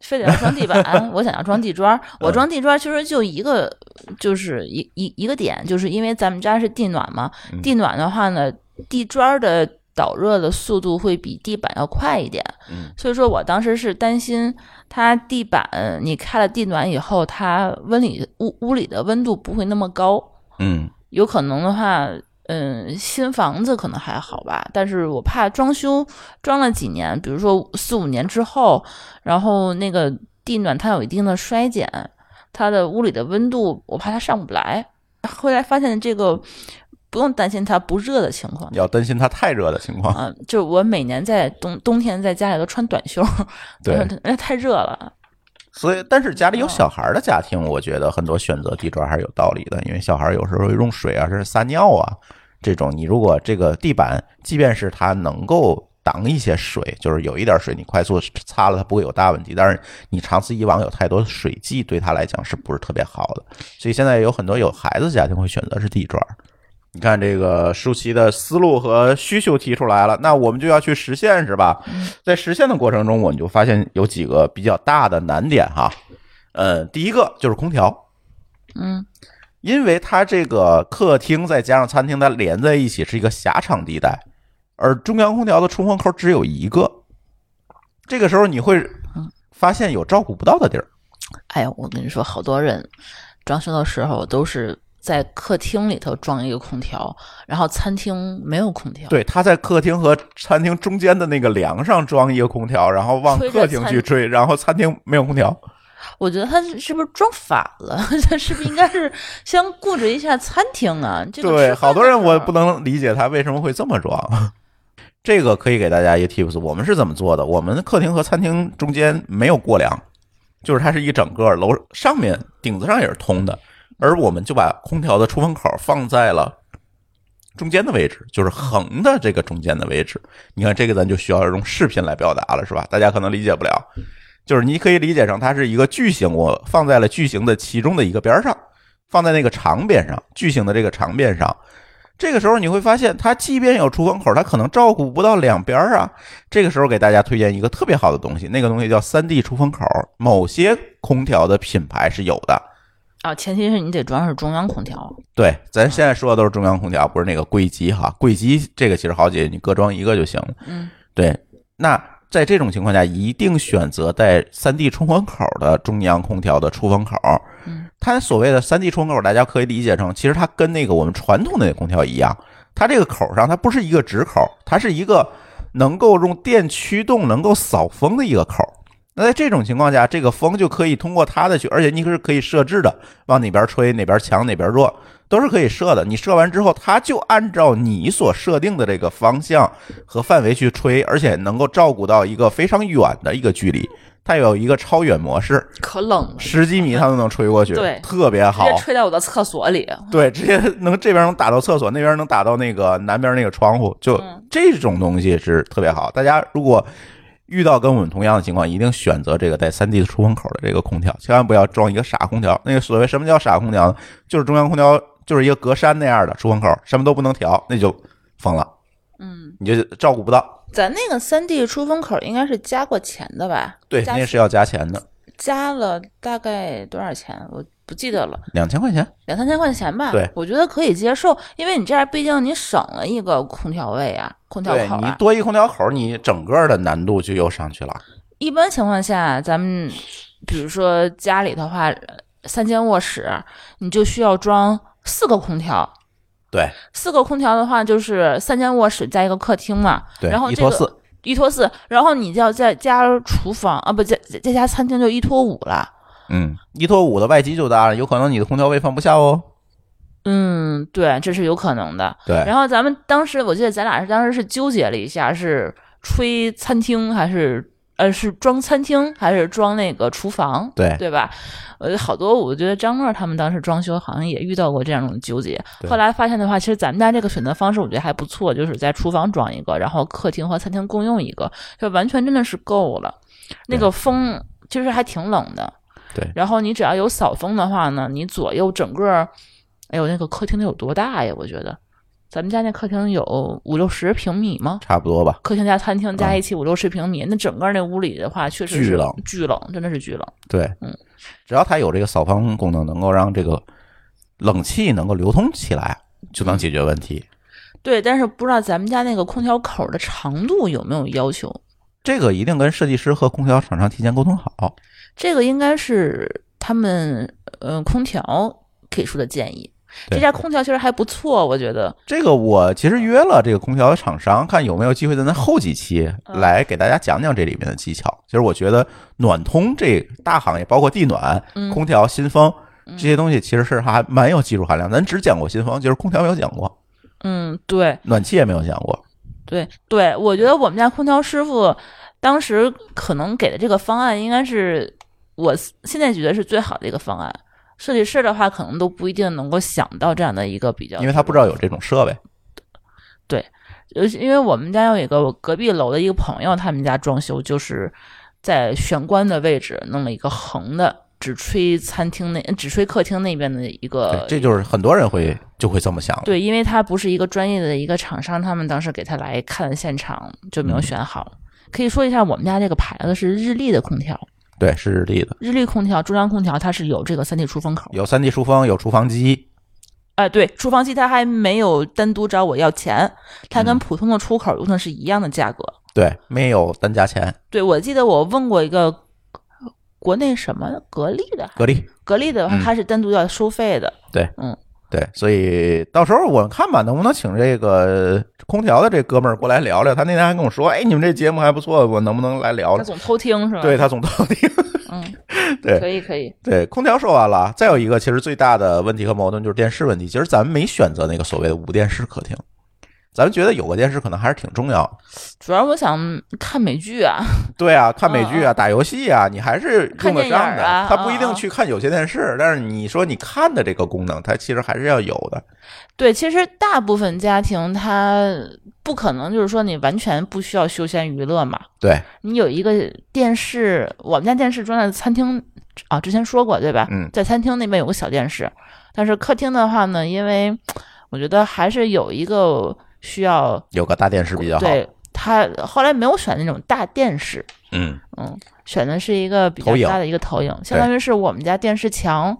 非得要装地板，我想要装地砖儿。我装地砖儿其实就一个，就是一一一个点，就是因为咱们家是地暖嘛，地暖的话呢，地砖儿的导热的速度会比地板要快一点。
嗯
所以说我当时是担心它地板你开了地暖以后，它温里屋屋里的温度不会那么高。
嗯，
有可能的话，嗯，新房子可能还好吧，但是我怕装修装了几年，比如说四五年之后，然后那个地暖它有一定的衰减，它的屋里的温度我怕它上不来。后来发现这个不用担心它不热的情况。
要担心它太热的情况。
嗯，就是我每年在冬冬天在家里都穿短袖，
对
[laughs] 因为太热了。
所以，但是家里有小孩儿的家庭，我觉得很多选择地砖还是有道理的，因为小孩儿有时候用水啊，甚至撒尿啊这种，你如果这个地板，即便是它能够挡一些水，就是有一点水，你快速擦了它不会有大问题，但是你长此以往有太多水迹，对他来讲是不是特别好的？所以现在有很多有孩子的家庭会选择是地砖儿。你看这个舒淇的思路和需求提出来了，那我们就要去实现，是吧？
嗯
在实现的过程中，我们就发现有几个比较大的难点哈。嗯，第一个就是空调，
嗯，
因为它这个客厅再加上餐厅，它连在一起是一个狭长地带，而中央空调的出风口只有一个，这个时候你会发现有照顾不到的地儿。
哎呀，我跟你说，好多人装修的时候都是在客厅里头装一个空调，然后餐厅没有空调，，
对，他在客厅和餐厅中间的那个梁上装一个空调，然后往
吹着
客厅去
餐
吹，然后餐厅没有空调。
我觉得他是是不是装反了？ [laughs] 他是不是应该是先顾着一下餐厅啊？这个吃
对，
饭
好多人我不
的时
能理解他为什么会这么装。 [laughs] 这个可以给大家一个 tips，我们是怎么做的？我们客厅和餐厅中间没有过梁，就是它是一整个楼上面顶子上也是通的，而我们就把空调的出风口放在了中间的位置，就是横的这个中间的位置。你看这个咱就需要用视频来表达了，是吧？大家可能理解不了，就是你可以理解成它是一个矩形，我放在了矩形的其中的一个边儿上，放在那个长边上，矩形的这个长边上。这个时候你会发现，它即便有出风口，它可能照顾不到两边儿啊。这个时候给大家推荐一个特别好的东西，那个东西叫三 D 出风口，某些空调的品牌是有的。
候啊，前提是你得装是中央空调，
对，
嗯
咱现在说的都是中央空调，不是那个柜机哈。柜机这个其实好解决，你各装一个就行了。
嗯，
对。那在这种情况下，一定选择在三 D 出风口的中央空调的出风口。
嗯，
它所谓的三 D 出风口，大家可以理解成，其实它跟那个我们传统的那空调一样，它这个口上它不是一个直口，它是一个能够用电驱动、能够扫风的一个口。那在这种情况下，这个风就可以通过它的去，而且你是可以设置的，往哪边吹，哪边强，哪边弱。都是可以设的。你设完之后，它就按照你所设定的这个方向和范围去吹，而且能够照顾到一个非常远的一个距离。它有一个超远模式，
可冷了，
十几米它都能吹过去，
对
特别
直
好
接。吹到我的厕所里。 [laughs]
对，直接能这边能打到厕所，那边能打到那个南边那个窗户，就
嗯
这种东西是特别好。大家如果遇到跟我们同样的情况，一定选择这个带三 D 出风口的这个空调，千万不要装一个傻空调。那个所谓什么叫傻空调呢？就是中央空调就是一个格栅那样的出风口，什么都不能调，那就疯了，
嗯，
你就照顾不到。
咱那个三 D 出风口应该是加过钱的吧？
对，
加
那是要加钱的，
加了大概多少钱？我不记得了，
两千块钱。
两三千块钱吧。
对
我觉得可以接受，因为你这样毕竟你省了一个空调位啊，空调
对
口
你
啊。
多一空调口，你整个的难度就又上去了。
一般情况下，咱们比如说家里的话，呃三间卧室，你就需要装四个空调。
对
四个空调的话，就是三间卧室加一个客厅嘛。
对，
然后
一
这
拖
个
四，
一拖四，然后你就要再加厨房啊，不再再加餐厅就一拖五了。
嗯，一拖五的外机就大了，有可能你的空调位放不下哦。
嗯，对，这是有可能的。
对，
然后咱们当时，我记得咱俩是当时是纠结了一下，是吹餐厅还是呃是装餐厅还是装那个厨房，
对
对吧？呃，好多我觉得张乐他们当时装修好像也遇到过这样一种纠结。
对
后来发现的话，其实咱们家这个选择方式我觉得还不错，就是在厨房装一个，然后客厅和餐厅共用一个，就完全真的是够了。那个风其实还挺冷的。
对
然后你只要有扫风的话呢，你左右整个，哎呦，那个客厅得有多大呀？我觉得，咱们家那客厅有五六十平米吗？
差不多吧。
客厅加餐厅加一起五六十平米，那整个那屋里的话，确实是
啊巨冷，
巨冷，真的是巨冷。
对，
嗯，
只要它有这个扫风功能，能够让这个冷气能够流通起来，就能解决问题。
对，但是不知道咱们家那个空调口的长度有没有要求？
这个一定跟设计师和空调厂商提前沟通好。
这个应该是他们呃空调给出的建议。
对
这家空调其实还不错，我觉得。
这个我其实约了这个空调厂商，看有没有机会在咱后几期来给大家讲讲这里面的技巧。其实我觉得暖通这大行业，包括地暖、
嗯
空调、新风这些东西，其实是还蛮有技术含量。咱只讲过新风，就是空调没有讲过，
嗯，对，
暖气也没有讲过。
对对，我觉得我们家空调师傅当时可能给的这个方案，应该是我现在觉得是最好的一个方案。设计师的话，可能都不一定能够想到这样的一个比较，
因为他不知道有这种设备，
尤其因为我们家有一个我隔壁楼的一个朋友，他们家装修就是在玄关的位置弄了一个横的，只吹餐厅那只吹客厅那边的一个
对，这就是很多人会就会这么想了。
呃对，因为他不是一个专业的一个厂商，他们当时给他来看现场就
嗯
没有选好。可以说一下，我们家这个牌子是日立的空调，
对，是日立的，
日立空调、中央空调它是有这个三 D 出风口。
有三 D 书风，有厨房机，
哎、对，厨房机它还没有单独找我要钱，它跟
嗯
普通的出口用的是一样的价格。
对，没有单价钱，
对，我记得我问过一个呃国内什么格力的，
格力。
格力的话
嗯
它是单独要收费的。嗯
对，所以到时候我看吧，能不能请这个空调的这哥们儿过来聊聊？他那天还跟我说，哎，你们这节目还不错，我能不能来聊
他？总偷听是吧？
哦对，他总到
[laughs]
底
嗯，
[laughs] 对
可以可以。
对空调说完了，再有一个其实最大的问题和矛盾就是电视问题。其实咱们没选择那个所谓的无电视客厅，咱们觉得有个电视可能还是挺重要的。
主要我想看美剧啊，
对啊，看美剧啊，打游戏啊，你还是用得上
嗯看电影
的。
儿啊
他不一
嗯
定
嗯
去看有线电视，但是你说你看的这个功能，它其实还是要有的。
对，其实大部分家庭他不可能就是说你完全不需要休闲娱乐嘛，
对，
你有一个电视，我们家电视装在餐厅啊，之前说过对吧？
嗯
在餐厅那边有个小电视，但是客厅的话呢，因为我觉得还是有一个需要
有个大电视比较好。
对他后来没有选那种大电视，
嗯，
嗯，选的是一个比较
投影
大的一个投影，相当于是我们家电视墙，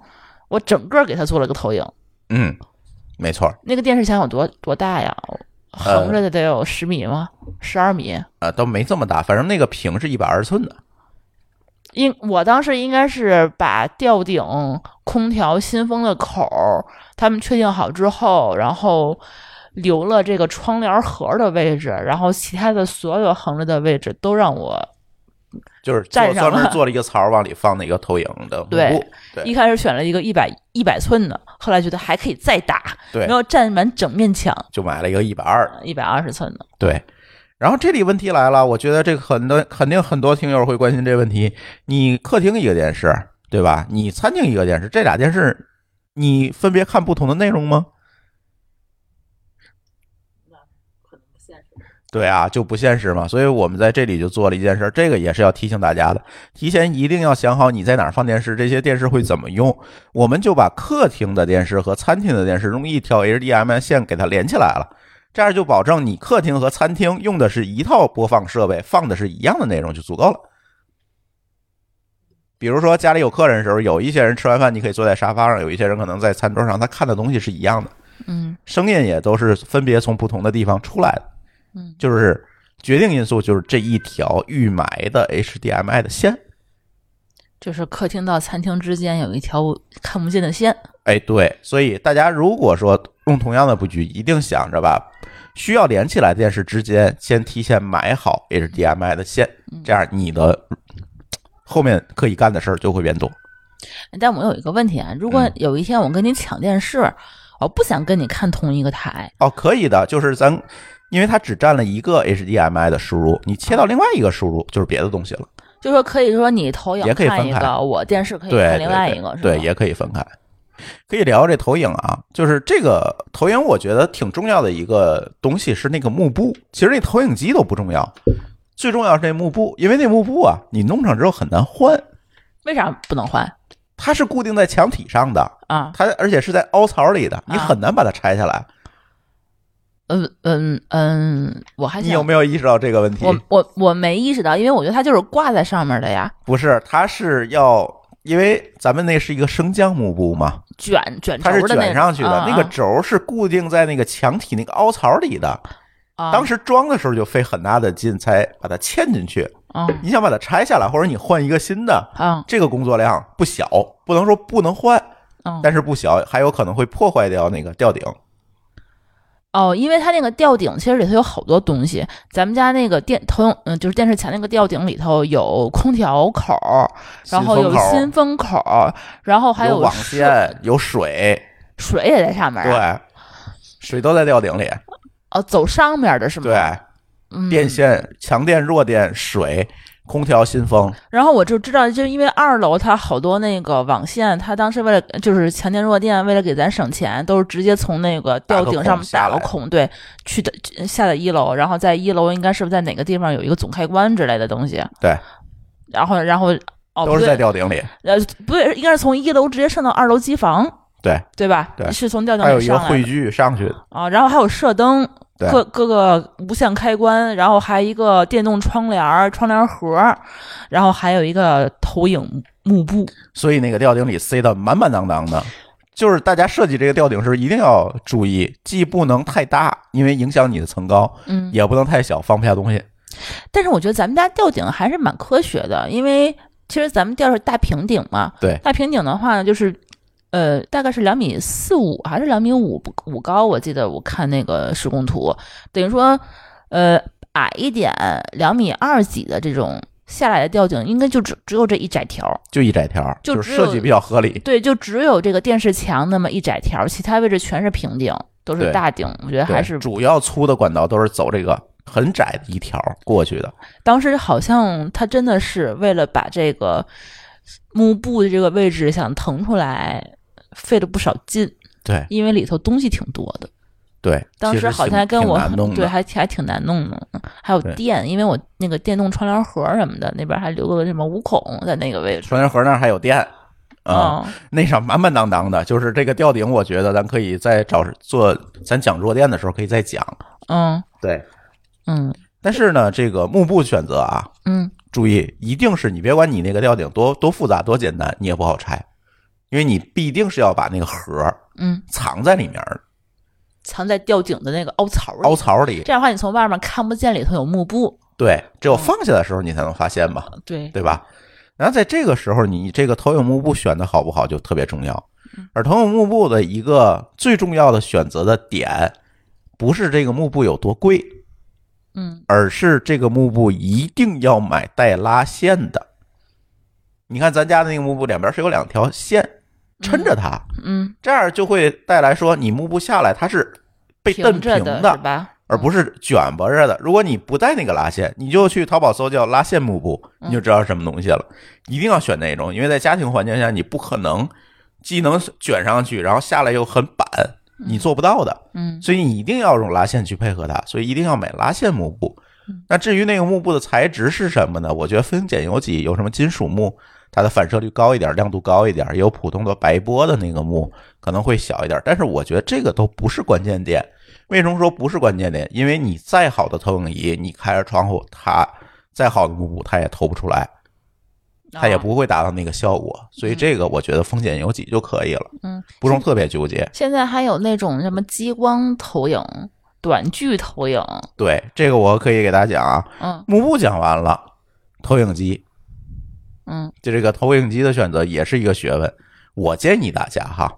我整个给它做了个投影。
嗯，没错儿，
那个电视墙有多多大呀？
呃
横着的得有十米吗？十二米？
啊，都没这么大，反正那个屏是一百二十寸的，
应我当时应该是把吊顶、空调、新风的口儿，他们确定好之后，然后留了这个窗帘盒的位置，然后其他的所有横着的位置都让我
就是做
站上
专
了
门做了一个槽儿，往里放那个投影的幕布
对
对
一开始选了一个一百一百寸的，后来觉得还可以再大，
对
没有占满整面墙，
就买了一个一百二。
一百二十寸的。
对，然后这里问题来了，我觉得这个很多肯定很多听友会关心这个问题：你客厅一个电视，对吧？你餐厅一个电视，这俩电视你分别看不同的内容吗？对啊，就不现实嘛，所以我们在这里就做了一件事儿，这个也是要提醒大家的，提前一定要想好你在哪儿放电视，这些电视会怎么用。我们就把客厅的电视和餐厅的电视用一条 HDMI 线给它连起来了，这样就保证你客厅和餐厅用的是一套播放设备，放的是一样的内容就足够了。比如说家里有客人的时候，有一些人吃完饭你可以坐在沙发上，有一些人可能在餐桌上，他看的东西是一样的，
嗯
声音也都是分别从不同的地方出来的。
嗯
就是决定因素就是这一条预埋的 HDMI 的线。
就是客厅到餐厅之间有一条看不见的线。
哎，对，所以大家如果说用同样的布局，一定想着把需要连起来的电视之间先提前买好 HDMI 的线，这样你的后面可以干的事儿就会变多。
但我有一个问题啊，如果
嗯
有一天我跟你抢电视，我不想跟你看同一个台，
哦，可以的，就是咱因为它只占了一个 HDMI 的输入，你切到另外一个输入就是别的东西了。
就说可以说你投影
也可以
看一
分开
个，我电视可以
对，对
看另外
对
一个，是吧？
对，也可以分开。可以聊这投影啊，就是这个投影，我觉得挺重要的一个东西是那个幕布。其实那投影机都不重要，最重要是那幕布，因为那幕布啊，你弄上之后很难换，
为啥不能换
它是固定在墙体上的，
啊？
它而且是在凹槽里的，你很难把它拆下来。
嗯嗯嗯，我还
你
想
有没有意识到这个问题？
我我我没意识到，因为我觉得它就是挂在上面的呀，
不是，它是要。因为咱们那是一个升降幕布嘛，
卷卷
它是
轴的那
卷上去的，
啊
那个轴是固定在那个墙体那个凹槽里的，
啊、
当时装的时候就费很大的劲才把它嵌进去。
啊
你想把它拆下来，或者你换一个新的，
啊
这个工作量不小，不能说不能换，
啊
但是不小，还有可能会破坏掉那个吊顶。
哦，因为它那个吊顶其实里头有好多东西，咱们家那个电投影嗯就是电视墙那个吊顶里头有空调口，然后有
新
新风口，然后还
有网
水
线，有水，
水也在上面、啊， [laughs]
对，水都在吊顶里，
哦，走上面的是吗？
对，
嗯，
电线、强电、弱电、水、空调、新风，
然后我就知道，就是因为二楼它好多那个网线，它当时为了就是强电弱电，为了给咱省钱，都是直接从那个吊顶上面打了
打个
孔，对，去的下的一楼，然后在一楼应该是不是在哪个地方有一个总开关之类的东西，
对，
然后然后哦
都
不
是在
对，
吊顶里。
呃不对，应该是从一楼直接上到二楼机房，
对，
对吧？
对
是从吊顶
还有
里
一个
上来
汇
的
聚上去的，
啊，然后还有射灯，
对，
各各个无线开关，然后还一个电动窗帘儿、窗帘盒儿，然后还有一个投影幕布。
所以那个吊顶里塞得满满当当的。就是大家设计这个吊顶时一定要注意，既不能太大，因为影响你的层高，
嗯，
也不能太小，放不下东西。
但是我觉得咱们家吊顶还是蛮科学的，因为其实咱们吊是大平顶嘛，
对
大平顶的话呢，就是呃，大概是两米四五还是两米五五高，我记得我看那个施工图，等于说呃矮一点两米二几的这种下来的吊顶，应该就只只有这一窄条儿。
就一窄条，
就
就是
只有
设计比较合理。
对，就只有这个电视墙那么一窄条，其他位置全是平顶，都是
对
大顶。我觉得
对
还是
主要粗的管道都是走这个很窄的一条过去的，
当时好像他真的是为了把这个幕布的这个位置想腾出来，费了不少劲，
对
因为里头东西挺多的。
对。
当
其
时
实
好像
挺
还跟
挺
我
[laughs] 难弄
对
的，
还挺还挺难弄的，还有
对
电，因为我那个电动窗帘盒什么的，那边还留了个什么五孔在那个位置。
双联河那儿还有电啊，
嗯
那上满满当当的。就是这个吊顶，我觉得咱可以再找做咱讲弱电的时候可以再讲。
嗯
对，
嗯
但是呢，这个幕布选择啊，
嗯
注意，一定是你别管你那个吊顶多多复杂多简单，你也不好拆，因为你必定是要把那个盒
嗯，
藏在里面儿
藏在吊顶的那个凹槽里。
凹槽里。
这样的话，你从外面看不见里头有幕布。
对，只有放下的时候你才能发现嘛，
对，
对吧？然后在这个时候，你这个投影幕布选的好不好就特别重要。而投影幕布的一个最重要的选择的点，不是这个幕布有多贵，
嗯
而是这个幕布一定要买带拉线的。你看咱家那个幕布两边是有两条线抻着它，
嗯，
这样就会带来说你幕布下来它是被蹬平
平着
的，
的是吧？
而不是卷巴着的。如果你不带那个拉线，你就去淘宝搜叫拉线幕布，
嗯
你就知道是什么东西了。一定要选那种，因为在家庭环境下你不可能既能卷上去，然后下来又很板，你做不到的。
嗯
所以你一定要用拉线去配合它，所以一定要买拉线幕布。
嗯
那至于那个幕布的材质是什么呢？我觉得分拣有几，有什么金属幕，它的反射率高一点，亮度高一点；也有普通的白玻的那个幕，可能会小一点。但是我觉得这个都不是关键点，为什么说不是关键点？因为你再好的投影仪，你开着窗户，它再好的幕布，它也投不出来，它也
啊
不会达到那个效果。所以这个我觉得风险由己就可以了，
嗯，
不用特别纠结。
现在还有那种什么激光投影、短距投影，
对，这个我可以给大家讲啊。
嗯
幕布讲完了，投影机
嗯
就这个投影机的选择也是一个学问。我建议大家哈，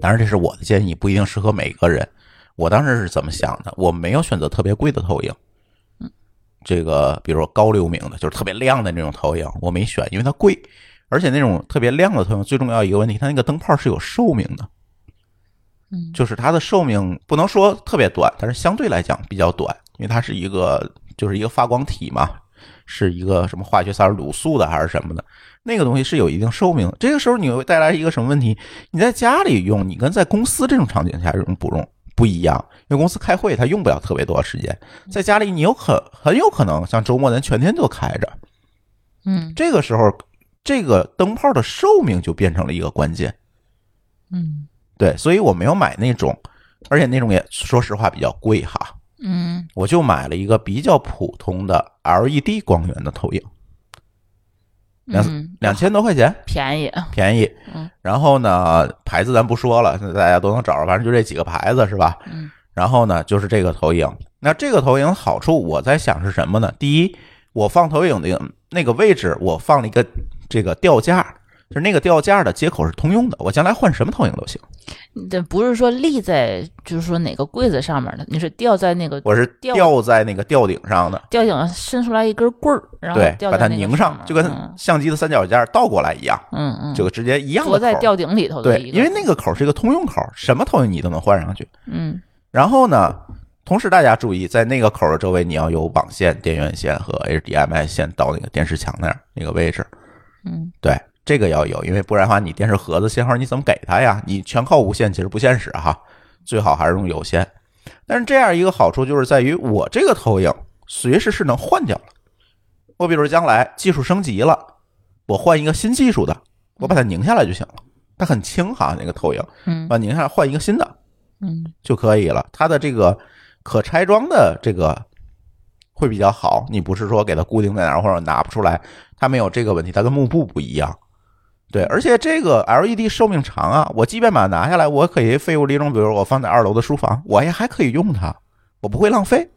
当然这是我的建议，不一定适合每个人。我当时是怎么想的？我没有选择特别贵的投影，这个比如说高流明的，就是特别亮的那种投影，我没选，因为它贵，而且那种特别亮的投影，最重要一个问题，它那个灯泡是有寿命的，
嗯
就是它的寿命不能说特别短，但是相对来讲比较短，因为它是一个就是一个发光体嘛，是一个什么化学三十五素的还是什么的，那个东西是有一定寿命的。这个时候你会带来一个什么问题？你在家里用，你跟在公司这种场景下用不用不一样，因为公司开会它用不了特别多时间，在家里你有可很有可能像周末咱全天都开着，
嗯
这个时候这个灯泡的寿命就变成了一个关键。
嗯
对，所以我没有买那种，而且那种也说实话比较贵哈，
嗯
我就买了一个比较普通的 LED 光源的投影，两
嗯，
两千多块钱，
便宜，
便宜
嗯。
然后呢，牌子咱不说了，大家都能找着，反正就这几个牌子是吧？
嗯
然后呢，就是这个投影。那这个投影好处，我在想是什么呢？第一，我放投影的那个位置，我放了一个这个吊架，就是那个吊架的接口是通用的，我将来换什么投影都行。
这不是说立在就是说哪个柜子上面的，你是吊在那个
我是
吊
吊在那个吊顶上的，
吊顶上伸出来一根棍儿，然后
对，
吊
把它
在那个
拧上，
面
就跟
嗯
相机的三脚架倒过来一样，
嗯嗯，
就直接一样
坐
的
在
口儿。
吊顶里头的
对，
一个，
因为那个口儿是一个通用口儿，什么投影仪都能换上去。
嗯
然后呢，同时大家注意，在那个口儿的周围，你要有网线、电源线和 HDMI 线到那个电视墙那儿那个位置。
嗯
对，这个要有，因为不然的话，你电视盒子信号你怎么给它呀？你全靠无线其实不现实哈，最好还是用有线。但是这样一个好处就是在于，我这个投影随时是能换掉的。我比如将来技术升级了，我换一个新技术的，我把它拧下来就行了。它很轻哈，那个投影，
嗯
把它拧下来换一个新的，
嗯
就可以了。它的这个可拆装的这个会比较好，你不是说给它固定在哪儿或者拿不出来，它没有这个问题，它跟幕布不一样。对，而且这个 LED 寿命长啊，我即便把它拿下来，我可以废物利用，比如我放在二楼的书房，我也还可以用它，我不会浪费。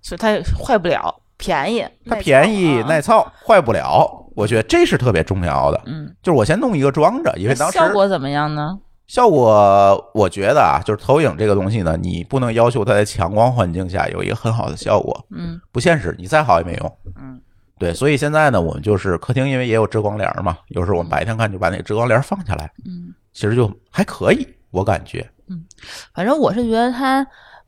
所以它也坏不了，便宜，
它便宜耐
那
操，坏不了，我觉得这是特别重要的。
嗯，
就是我先弄一个装着，因为当时
效果怎么样呢？
效果，我觉得啊，就是投影这个东西呢，你不能要求它在强光环境下有一个很好的效果，
嗯
不现实，你再好也没用。
嗯，
对，所以现在呢，我们就是客厅，因为也有遮光帘儿嘛，有时候我们白天看就把那个遮光帘儿放下来，
嗯，
其实就还可以，我感觉。
反正我是觉得它。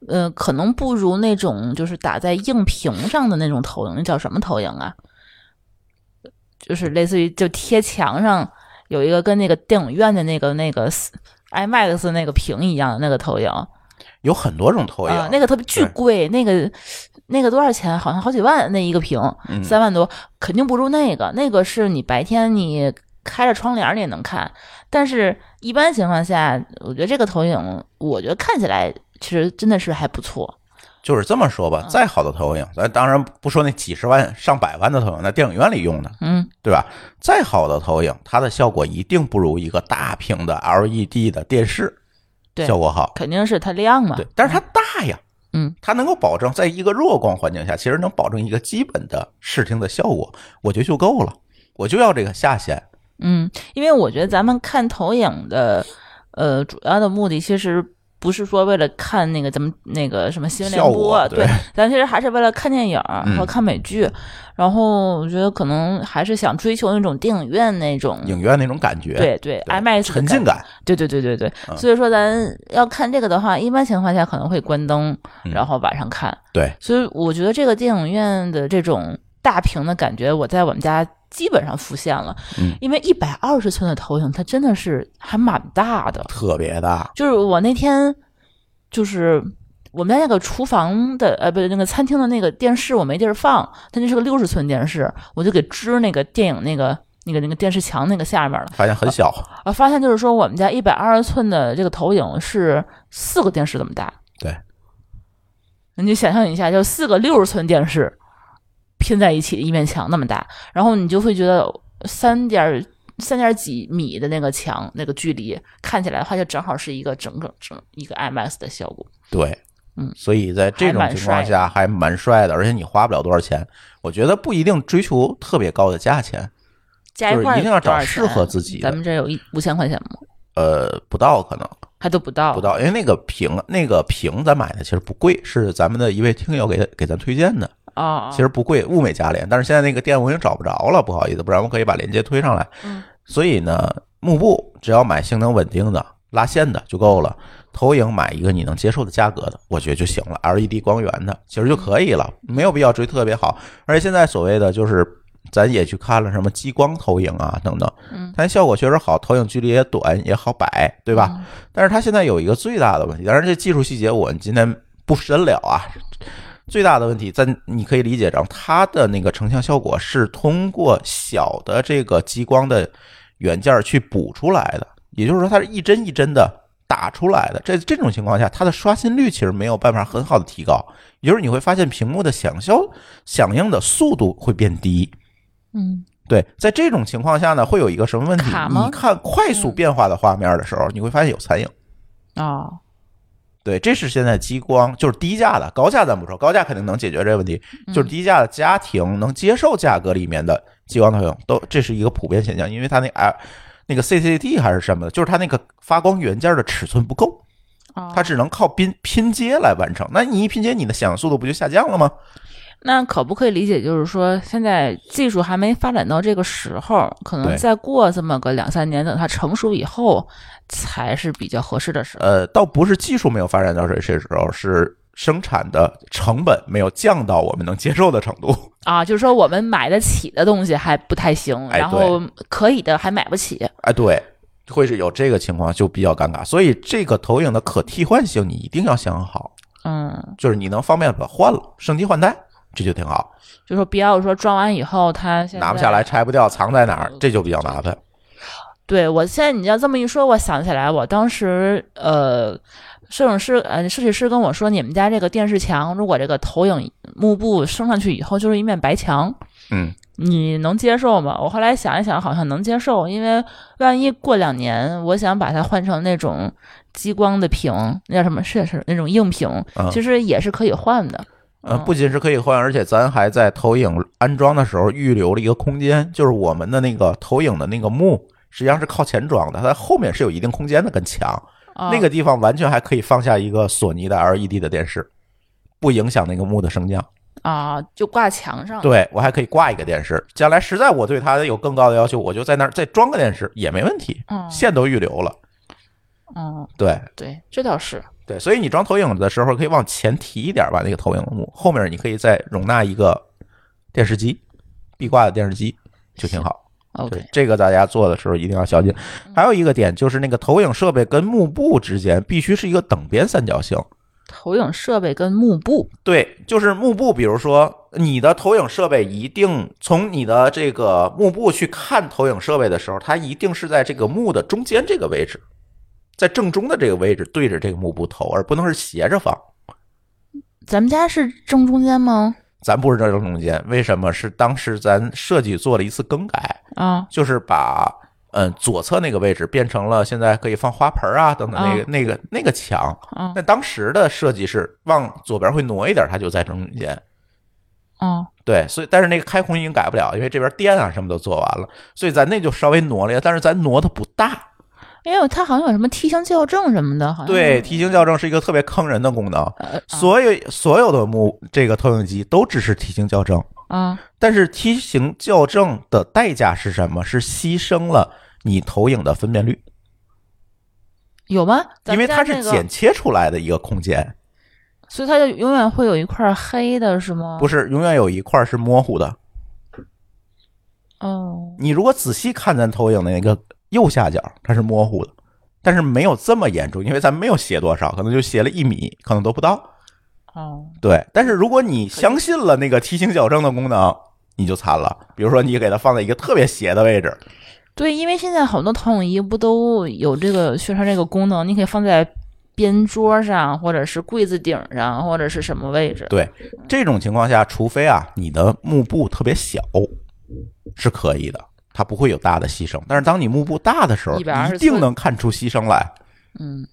呃，可能不如那种就是打在硬屏上的那种投影，那叫什么投影啊？就是类似于就贴墙上有一个跟那个电影院的那个那个 IMAX 那个屏一样的那个投影，
有很多种投影，
啊，那个特别巨
对
贵，那个那个多少钱？好像好几万那一个屏，
嗯
三万多，肯定不如那个。那个是你白天你开着窗帘儿你也能看，但是一般情况下，我觉得这个投影，我觉得看起来其实真的是还不错。
就是这么说
嗯
吧，再好的投影，咱当然不说那几十万、上百万的投影，在电影院里用的，
嗯
对吧？再好的投影，它的效果一定不如一个大屏的 LED 的电视
对
效果好。
肯定是它亮嘛。
对，但是它大呀，
嗯，
它能够保证在一个弱光环境下，其实能保证一个基本的视听的效果，我觉得就够了。我就要这个下限，
嗯，因为我觉得咱们看投影的，呃，主要的目的其实不是说为了看那个咱们那个什么新闻联
效
播
果，
对，
对
咱其实还是为了看电影儿
嗯
和看美剧。然后我觉得可能还是想追求那种电影院那种，
影院那种感觉，
嗯对对
对
，IMAX 的
沉浸
感，
感，
对对对对对。
嗯
所以说咱要看这个的话，一般情况下可能会关灯，
嗯
然后晚上看。
对，
所以我觉得这个电影院的这种大屏的感觉，我在我们家基本上浮现了。
嗯
因为一百二十寸的投影，它真的是还蛮大的。
特别大，
就是我那天，就是我们家那个厨房的，呃，不是那个餐厅的那个电视，我没地儿放，它那是个六十寸电视，我就给支那个电影那个那个那个电视墙那个下面了。
发现很小，
啊，发现就是说我们家一百二十寸的这个投影是四个电视这么大。
对，
你就想象一下，就四个六十寸电视拼在一起一面墙那么大，然后你就会觉得三点三点几米的那个墙那个距离看起来的话，就正好是一个整整整一个 IMAX 的效果。
对，
嗯
所以在这种情况下还蛮帅的，而且你花不了多少钱，我觉得不一定追求特别高的价钱，
加一
就是
块儿
一定要找
多少钱啊
适合自己的
咱们这有一五千块钱吗？
呃，不到可能
还都不到，
不到，因为那个屏那个屏咱买的其实不贵，是咱们的一位听友给给咱推荐的，
啊。
其实不贵，物美价廉。但是现在那个店我已经找不着了，不好意思，不然我可以把链接推上来。
嗯
所以呢，幕布只要买性能稳定的、拉线的就够了。投影买一个你能接受的价格的，我觉得就行了。LED 光源的其实就可以了，没有必要追特别好。而且现在所谓的就是，咱也去看了什么激光投影啊等等，
嗯，
但效果确实好，投影距离也短，也好摆，对吧？
嗯
但是它现在有一个最大的问题，当然这技术细节我们今天不深聊啊。最大的问题，咱你可以理解成它的那个成像效果是通过小的这个激光的元件去补出来的，也就是说它是一帧一帧的打出来的。这这种情况下，它的刷新率其实没有办法很好的提高，也就是你会发现屏幕的响效响应的速度会变低。
嗯，
对，在这种情况下呢，会有一个什么问题？
卡吗嗯
你看快速变化的画面的时候，你会发现有残影。
哦，
对，这是现在激光，就是低价的，高价咱不说，高价肯定能解决这个问题。
嗯
就是低价的家庭能接受价格里面的激光投影，都这是一个普遍现象，因为它那 L 那个 CCD 还是什么的，就是它那个发光元件的尺寸不够，
哦
它只能靠拼拼接来完成。那你一拼接，你的响应速度不就下降了吗？
那可不可以理解，就是说现在技术还没发展到这个时候，可能
对
再过这么个两三年，等它成熟以后，才是比较合适的时候。
呃，倒不是技术没有发展到这这时候，是生产的成本没有降到我们能接受的程度。
啊，就是说我们买得起的东西还不太行，
哎
然后可以的还买不起。
哎，对，会是有这个情况，就比较尴尬。所以这个投影的可替换性你一定要想好，
嗯，
就是你能方便把它换了，升级换代，这就挺好。
就说不要说装完以后它现在
拿不下来，。拆不掉，藏在哪儿，这就比较麻烦。嗯
对我现在你要这么一说，我想起来我当时呃。摄影师，呃，设计师跟我说，你们家这个电视墙，如果这个投影幕布升上去以后，就是一面白墙。
嗯，
你能接受吗？我后来想一想，好像能接受，因为万一过两年，我想把它换成那种激光的屏，那叫什么？是是那种硬屏，
嗯
其实也是可以换的。
呃，不仅是可以换，而且咱还在投影安装的时候预留了一个空间，就是我们的那个投影的那个幕。实际上是靠前装的，它后面是有一定空间的，跟墙、
啊
那个地方完全还可以放下一个索尼的 LED 的电视，不影响那个幕的升降。
啊，就挂墙上。
对我还可以挂一个电视，将来实在我对它有更高的要求，我就在那儿再装个电视也没问题，
嗯
线都预留了。
嗯，
对
对，这倒是。
对，所以你装投影的时候可以往前提一点吧，那个投影幕后面你可以再容纳一个电视机，壁挂的电视机就挺好。对
OK，，嗯
这个大家做的时候一定要小心。还有一个点就是那个投影设备跟幕布之间必须是一个等边三角形。
投影设备跟幕布
对，就是幕布，比如说你的投影设备一定从你的这个幕布去看投影设备的时候，它一定是在这个幕的中间这个位置，在正中的这个位置对着这个幕布投，而不能是斜着放。
咱们家是正中间吗？
咱不是正中间，为什么？是当时咱设计做了一次更改，
啊
就是把嗯左侧那个位置变成了现在可以放花盆啊等等那个、
啊
那个那个墙。
啊
那当时的设计是往左边会挪一点，它就在中间。
啊！
对，所以但是那个开孔已经改不了，因为这边电啊什么都做完了，所以咱那就稍微挪了一下，但是咱挪的不大。
因为它好像有什么梯形校正什么的，好像
对，梯形校正是一个特别坑人的功能，
呃
所有所有的幕这个投影机都支持梯形校正，
啊
但是梯形校正的代价是什么？是牺牲了你投影的分辨率，
有吗？咱
因为
们家
它
那
是
个
剪切出来的一个空间，
所以它就永远会有一块黑的，是吗？
不
是，
是永远有一块是模糊的。
哦，
你如果仔细看咱投影的那个右下角，它是模糊的，但是没有这么严重，因为咱没有斜多少，可能就斜了一米，可能都不到。
哦，
对，但是如果你相信了那个梯形矫正的功能，你就惨了。比如说你给它放在一个特别斜的位置，
对，因为现在很多投影仪不都有这个宣传这个功能，你可以放在边桌上，或者是柜子顶上，或者是什么位置。
对这种情况下，除非啊你的幕布特别小，是可以的，它不会有大的牺牲。但是当你幕布大的时候，
120
一定能看出牺牲来。
嗯，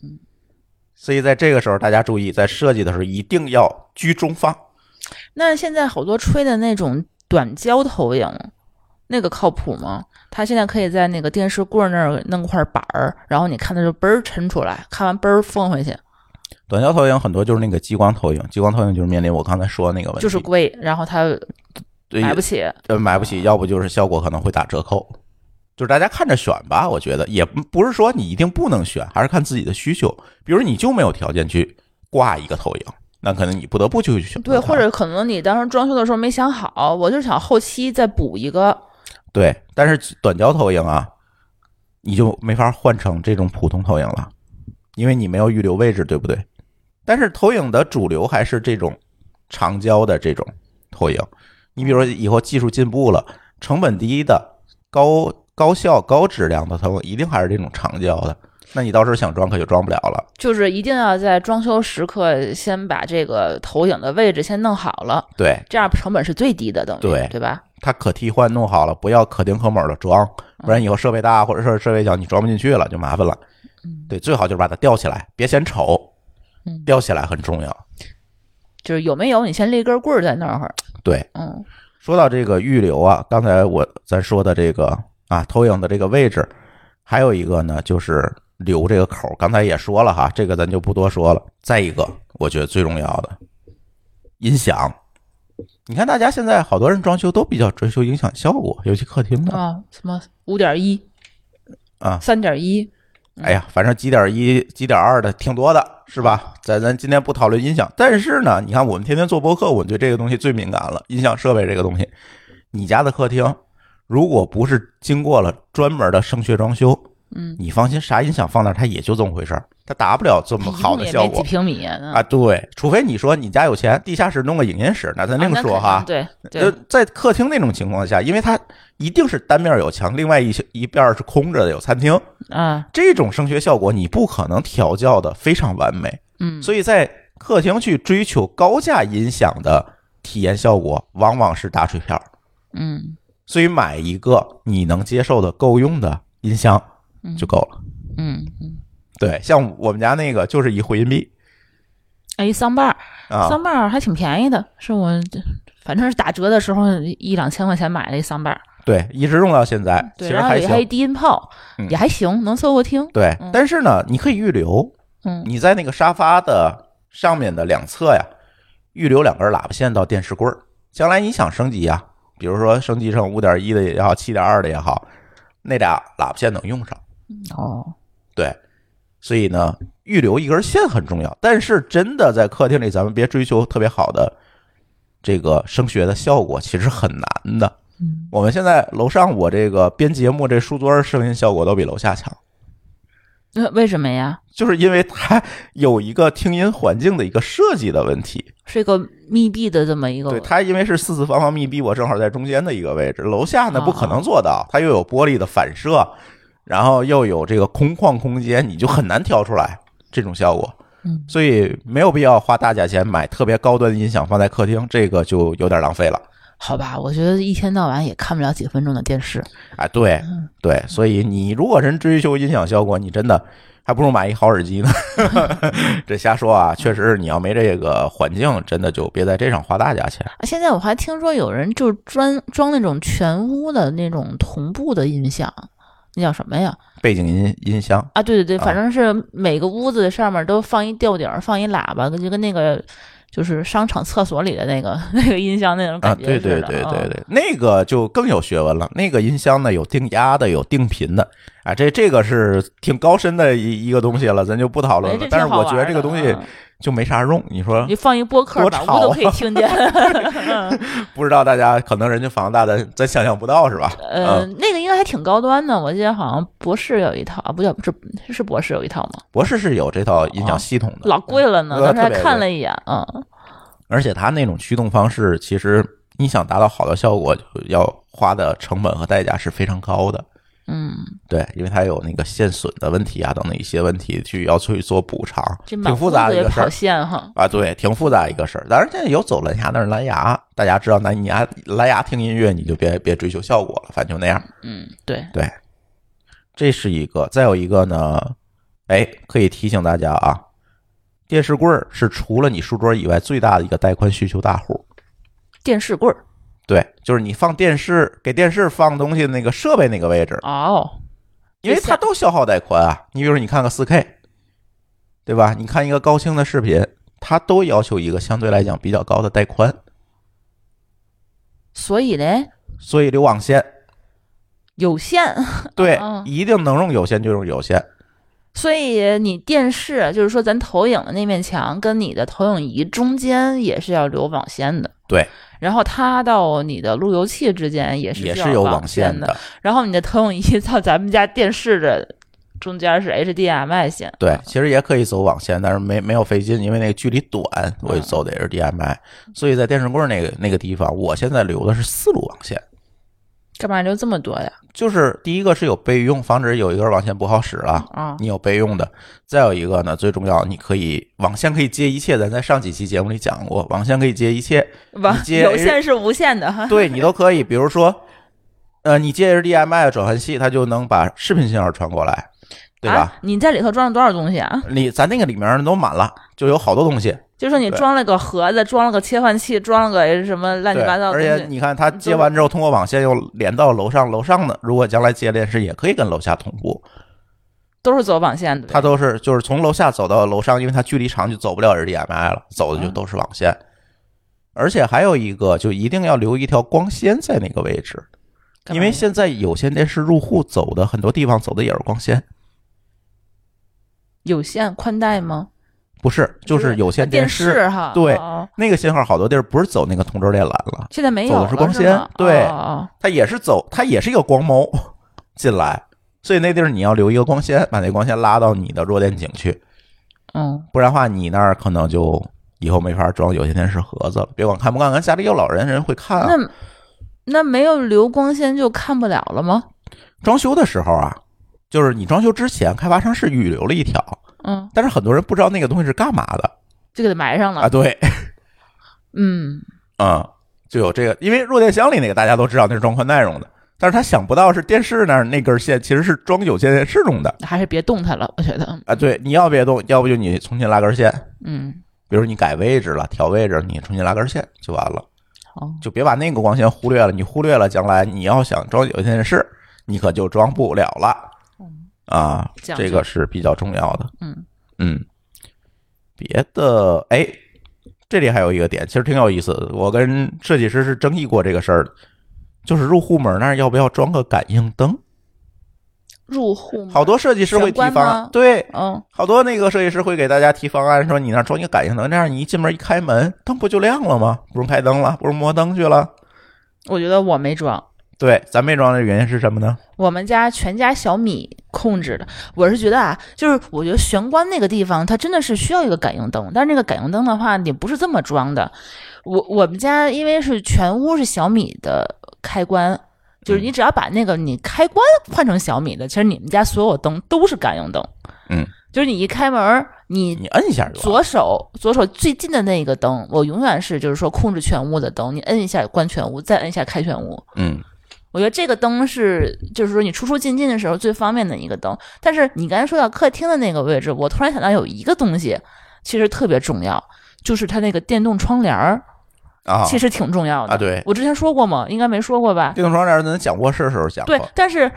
所以在这个时候，大家注意，在设计的时候一定要居中放。
那现在好多吹的那种短焦投影，那个靠谱吗？它现在可以在那个电视柜儿那儿弄块板儿，然后你看它就嘣儿抻出来，看完嘣儿放回去，
短焦投影很多就是那个激光投影，激光投影就是面临我刚才说的那个问题，
就是贵，然后它
对
买不起。
呃买不起，要不就是效果可能会打折扣。就是大家看着选吧，我觉得也不不是说你一定不能选，还是看自己的需求。比如你就没有条件去挂一个投影，那可能你不得不去选它。
对，或者可能你当时装修的时候没想好，我就想后期再补一个。
对，但是短焦投影啊，你就没法换成这种普通投影了，因为你没有预留位置，对不对？但是投影的主流还是这种长焦的这种投影。你比如说，以后技术进步了，成本低的、高高效、高质量的投影，一定还是这种长焦的。那你到时候想装可就装不了了。
就是一定要在装修时刻先把这个投影的位置先弄好了，
对，
这样成本是最低的，等于
对
对吧？
它可替换弄好了，不要可丁可卯的装，不然以后设备大或者是设备小，你装不进去了就麻烦了。对，最好就是把它吊起来，别嫌丑
嗯，
吊起来很重要。
就是有没有你先立根棍儿在那儿，
对，
嗯
说到这个预留啊，刚才我咱说的这个啊，投影的这个位置，还有一个呢就是留这个口儿，刚才也说了哈，这个咱就不多说了。再一个，我觉得最重要的音响。你看，大家现在好多人装修都比较追求音响效果，尤其客厅的
啊，什么五点一
嗯啊
三点一，
哎呀，反正几点一、几点二的挺多的，是
嗯
吧？咱咱今天不讨论音响，但是呢，你看我们天天做播客，我对这个东西最敏感了，音响设备这个东西。你家的客厅如果不是经过了专门的声学装修，
嗯，
你放心，啥音响放那儿它也就这么回事儿，它达不了这么好的
一共也
效
没几
果
平米呢
啊。对，除非你说你家有钱，地下室弄个影音室，那咱
啊
另
那
说
肯
哈。
定对
呃
对，，
在客厅那种情况下，因为它一定是单面有墙，另外一一边儿是空着的，有餐厅。
啊，
这种声学效果你不可能调教的非常完美，
嗯，
所以在客厅去追求高价音响的体验效果，往往是打水漂。
嗯
所以买一个你能接受的、够用的音箱
嗯
就够了。
嗯嗯，
对，像我们家那个就是一回音壁
哎，一桑巴儿，
啊，
桑巴儿还挺便宜的，是我反正是打折的时候一两千块钱买的一桑巴儿，
对，一直用到现在，其
对，
实
然后
还
有还有一
行。
低音炮
嗯
也还行，能凑合听，
对
嗯，
但是呢，你可以预留，
嗯
你在那个沙发的上面的两侧呀，预留两根喇叭线到电视柜儿。将来你想升级呀，比如说升级成五点一的也好，七点二的也好，那俩喇叭线能用上。
哦，
对，所以呢，预留一根线很重要。但是真的在客厅里，咱们别追求特别好的这个声学的效果，其实很难的。
嗯
我们现在楼上我这个编节目这书桌儿声音效果都比楼下强。
那为什么呀？
就是因为它有一个听音环境的一个设计的问题。
是一个密闭的这么一个，
对，它因为是四四方方密闭，我正好在中间的一个位置，楼下呢
哦
不可能做到，它又有玻璃的反射，然后又有这个空旷空间，你就很难调出来这种效果。
嗯
所以没有必要花大价钱买特别高端的音响放在客厅，这个就有点浪费了。
好吧，我觉得一天到晚也看不了几分钟的电视，啊
哎，对
嗯
对，所以你如果真追求音响效果，你真的还不如买一好耳
[laughs]
机呢。这瞎说啊，确实是你要没这个环境，真的就别在这上花大价钱。
啊现在我还听说有人就专装那种全屋的那种同步的音响，那叫什么呀？
背景音音箱，
啊，对对对，
啊
反正是每个屋子上面都放一吊顶儿，放一喇叭，跟就跟那个就是商场厕所里的那个 [laughs] 那个音箱那种
啊，
感觉
对
似
对
的。
对对
嗯
对，那个就更有学问了。那个音箱呢，有定压的，有定频的，啊，这这个是挺高深的一一个东西了，咱就不讨论
哎
了
这。
但是
挺好
我觉得
玩
这个
的
东西
嗯
就没啥用，你说
你放一播客，
多
满屋
吵
都可以
啊
听见。 [laughs]
不知道大家可能人家房子大的，咱想象不到是吧？
呃，
嗯，
那个应该还挺高端的，我记得好像博士有一套，啊，不叫是是博士有一套吗？
博士是有这套音响系统的，
哦老贵了呢，
呃
当时还
特别
看
贵
了一眼，嗯
而且它那种驱动方式其实你想达到好的效果，就要花的成本和代价是非常高的。
嗯，
对，因为它有那个线损的问题啊，等等一些问题去要去做补偿，
这
挺
满
复
屋
杂的
子
一
也
个事儿
跑。线哈，
啊，对，挺复杂一个事儿。当然，现在有走蓝牙，但是蓝牙大家知道，蓝牙蓝牙听音乐你就别别追求效果了，反正就那样。
嗯，对，
对，这是一个。再有一个呢，哎，可以提醒大家啊，电视柜儿是除了你书桌以外最大的一个带宽需求大户。
电视柜儿
对，就是你放电视给电视放东西的那个设备那个位置，
哦，
因为它都消耗带宽啊。你比如说，你看个四 K，对吧？你看一个高清的视频，它都要求一个相对来讲比较高的带宽，
所以嘞，
所以留网
[laughs]
线
有线， [laughs]
对
嗯
一定能用有线就用有线。
所以你电视就是说咱投影的那面墙跟你的投影仪中间也是要留网线的，
对，
然后它到你的路由器之间也是
也
需要
是有
网
线
的，，然后你的投影仪到咱们家电视的中间是 HDMI 线，
对，其实也可以走网线，但是没没有费劲，因为那个距离短，我
嗯
就走的也是 DMI，、所以在电视柜儿那个那个地方，我现在留的是四路网线，
干嘛留这么多呀？
就是第一个是有备用，防止有一根网线不好使了。
啊、
你有备用的，再有一个呢，最重要，你可以网线可以接一切，咱在上几期节目里讲过，网线可以接一
[laughs]
切，
网
你接
有线是无线的哈，
对你都可以，比如说，呃，你接 HDMI 的转换器，它就能把视频信号传过来，对吧？
啊？你在里头装了多少东西啊？
你咱那个里面都满了，就有好多东西，
就说你
对
装了个盒子，装了个切换器，装了个什么乱七
对，
八糟的
而
东西。
且你看，它接完之后，通过网线又连到楼上，楼上的如果将来接电视，也可以跟楼下同步。
都是走网线的呗，
它都是就是从楼下走到楼上，因为它距离长，就走不了 HDMI 了，走
嗯
的就都是网线。而且还有一个，就一定要留一条光纤在那个位置，
干嘛
因为现在有线电视入户走的很多地方走的也是光纤，
有线宽带吗？
不是就是有线
电
视。
哈，
对
哦
那个信号好多地儿不是走那个同轴电缆了，
现在没有
走的
了
是光纤
吗
对
哦哦
它也是走，它也是一个光猫进来，所以那地儿你要留一个光纤，把那光纤拉到你的弱电井去，
哦嗯，
不然的话你那儿可能就以后没法装有线电视盒子了。别管看不看，咱家里有老人，人会看啊。
那那没有留光纤就看不了了吗？
装修的时候啊，就是你装修之前，开发商是预留了一条，
嗯，
但是很多人不知道那个东西是干嘛的
就给它埋上了。
啊。对， [laughs]
嗯，
嗯，就有这个，因为弱电箱里那个大家都知道那是装宽带用的，但是他想不到是电视那儿那根线其实是装有线电视用的
还是别动它了，我觉得。
啊。对，你要别动，要不就你重新拉根线。
嗯，
比如你改位置了、调位置，你重新拉根线就完了，
好，
就别把那个光纤忽略了。你忽略了，将来你要想装有线电视，你可就装不了了。
嗯
啊，
讲
这
究
个是比较重要的。
嗯
嗯，别的哎，这里还有一个点，其实挺有意思的。我跟设计师是争议过这个事儿的，就是入户门那儿要不要装个感应灯？
入户门
好，多设计师会提
玄
方
嗯关
案
吗，
对，
嗯，
好多那个设计师会给大家提方案，说你那儿装一个感应灯，这样你一进门一开门，灯不就亮了吗？不用开灯了，不用摸灯去了。
我觉得我没装。
对，咱没装的原因是什么呢？
我们家全家小米控制的，我是觉得啊，就是我觉得玄关那个地方，它真的是需要一个感应灯，但是那个感应灯的话，你不是这么装的。我我们家因为是全屋是小米的开
嗯
关，就是你只要把那个你开关换成小米的，其实你们家所有灯都是感应灯。
嗯，
就是你一开门，你
你摁一下就完了
左手左手最近的那个灯，我永远是就是说控制全屋的灯，你摁一下关全屋，再摁一下开全屋。
嗯，
我觉得这个灯是，就是说你出出进进的时候最方便的一个灯。但是你刚才说到客厅的那个位置，我突然想到有一个东西，其实特别重要，就是它那个电动窗帘儿，
啊，
其实挺重要的
啊对
我之前说过吗？应该没说过吧？
电动窗帘咱讲卧室的时候讲过
对，，但是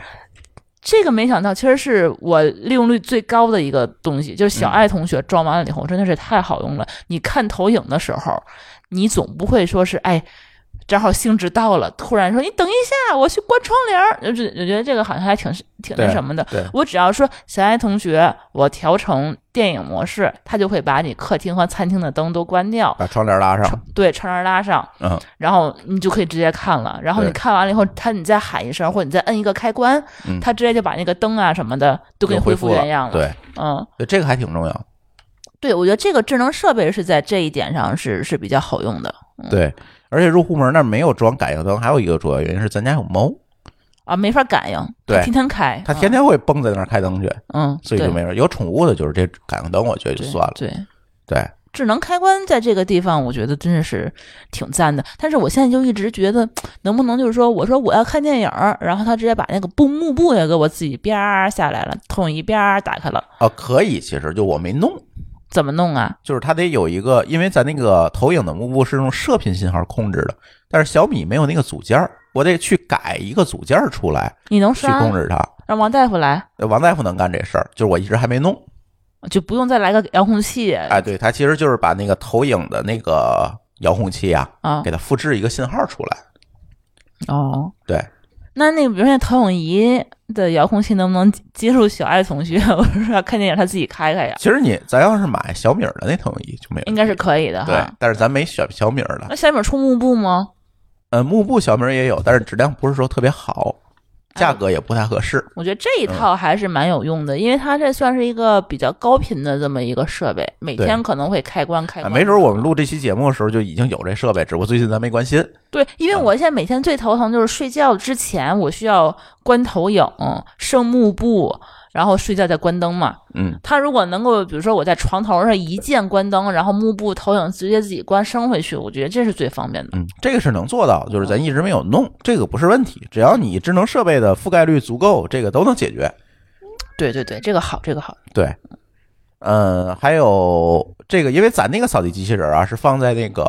这个没想到，其实是我利用率最高的一个东西，就
嗯
是小爱同学装完了以后，真的是太好用了。你看投影的时候，你总不会说是哎。正好兴致到了，突然说：“你等一下，我去关窗帘儿。”就是我觉得这个好像还挺挺那
对
什么的。
对
我只要说小爱同学，我调成电影模式，它就会把你客厅和餐厅的灯都关掉。
把窗帘拉上，
对，窗帘拉上，
嗯，
然后你就可以直接看了。然后你
对
看完了以后，它你再喊一声，或者你再摁一个开关，
嗯
它直接就把那个灯啊什么的都给你
就恢
复
了
原样了。，
对，
嗯，
对，这个还挺重要。
对，我觉得这个智能设备是在这一点上是是比较好用的。
对，而且入户门那儿没有装感应灯，还有一个主要原因是咱家有猫，
啊，没法感应，
对
它天天开，嗯
它天天会蹦在那儿开灯去，
嗯，嗯
所以就
对
没人。有宠物的，就是这感应灯，我觉得就
对
算了。
对，
对，
智能开关在这个地方，我觉得真的是挺赞的。但是我现在就一直觉得，能不能就是说，我说我要看电影儿，然后他直接把那个布幕布也给我自己边下来了，统一边打开了，
啊，可以，其实就我没弄，
怎么弄啊？
就是它得有一个，因为咱那个投影的幕布是用射频信号控制的，但是小米没有那个组件儿，我得去改一个组件儿出来
你能
去
刷？
控制它。
让王大夫来，
王大夫能干这事儿，就是我一直还没弄。
就不用再来个遥控器
哎，对，它其实就是把那个投影的那个遥控器啊，
啊
给它复制一个信号出来。
哦。
对，
那那比如说投影仪的遥控器能不能接触小爱同学？ [laughs] 我说看电影他自己开开呀，
其实你咱要是买小米儿的那投影仪就没有
应。该是可以的
对
哈。，哎
但是咱没选小米儿的，
那下面出幕布吗？
呃，幕布小米儿也有，但是质量不是说特别好，
哎
价格也不太合适。
我觉得
嗯
这一套还是蛮有用的，因为它这算是一个比较高频的这么一个设备，每
对
天可能会开关开
啊，
关。
没准儿我们录这期节目的时候就已经有这设备，只不过最近咱没关心。
对，因为我现在每天最头疼就是睡觉之前我需要关投影、升幕布，然后睡觉再关灯嘛。
嗯，
它如果能够，比如说我在床头上一键关灯，然后幕布投影直接自己关升回去，我觉得这是最方便的。
嗯，这个是能做到，就是咱一直没有弄，这个不是问题。只要你智能设备的覆盖率足够，这个都能解决。
对对对，这个好，这个好。
对，嗯，还有这个，因为咱那个扫地机器人啊是放在那个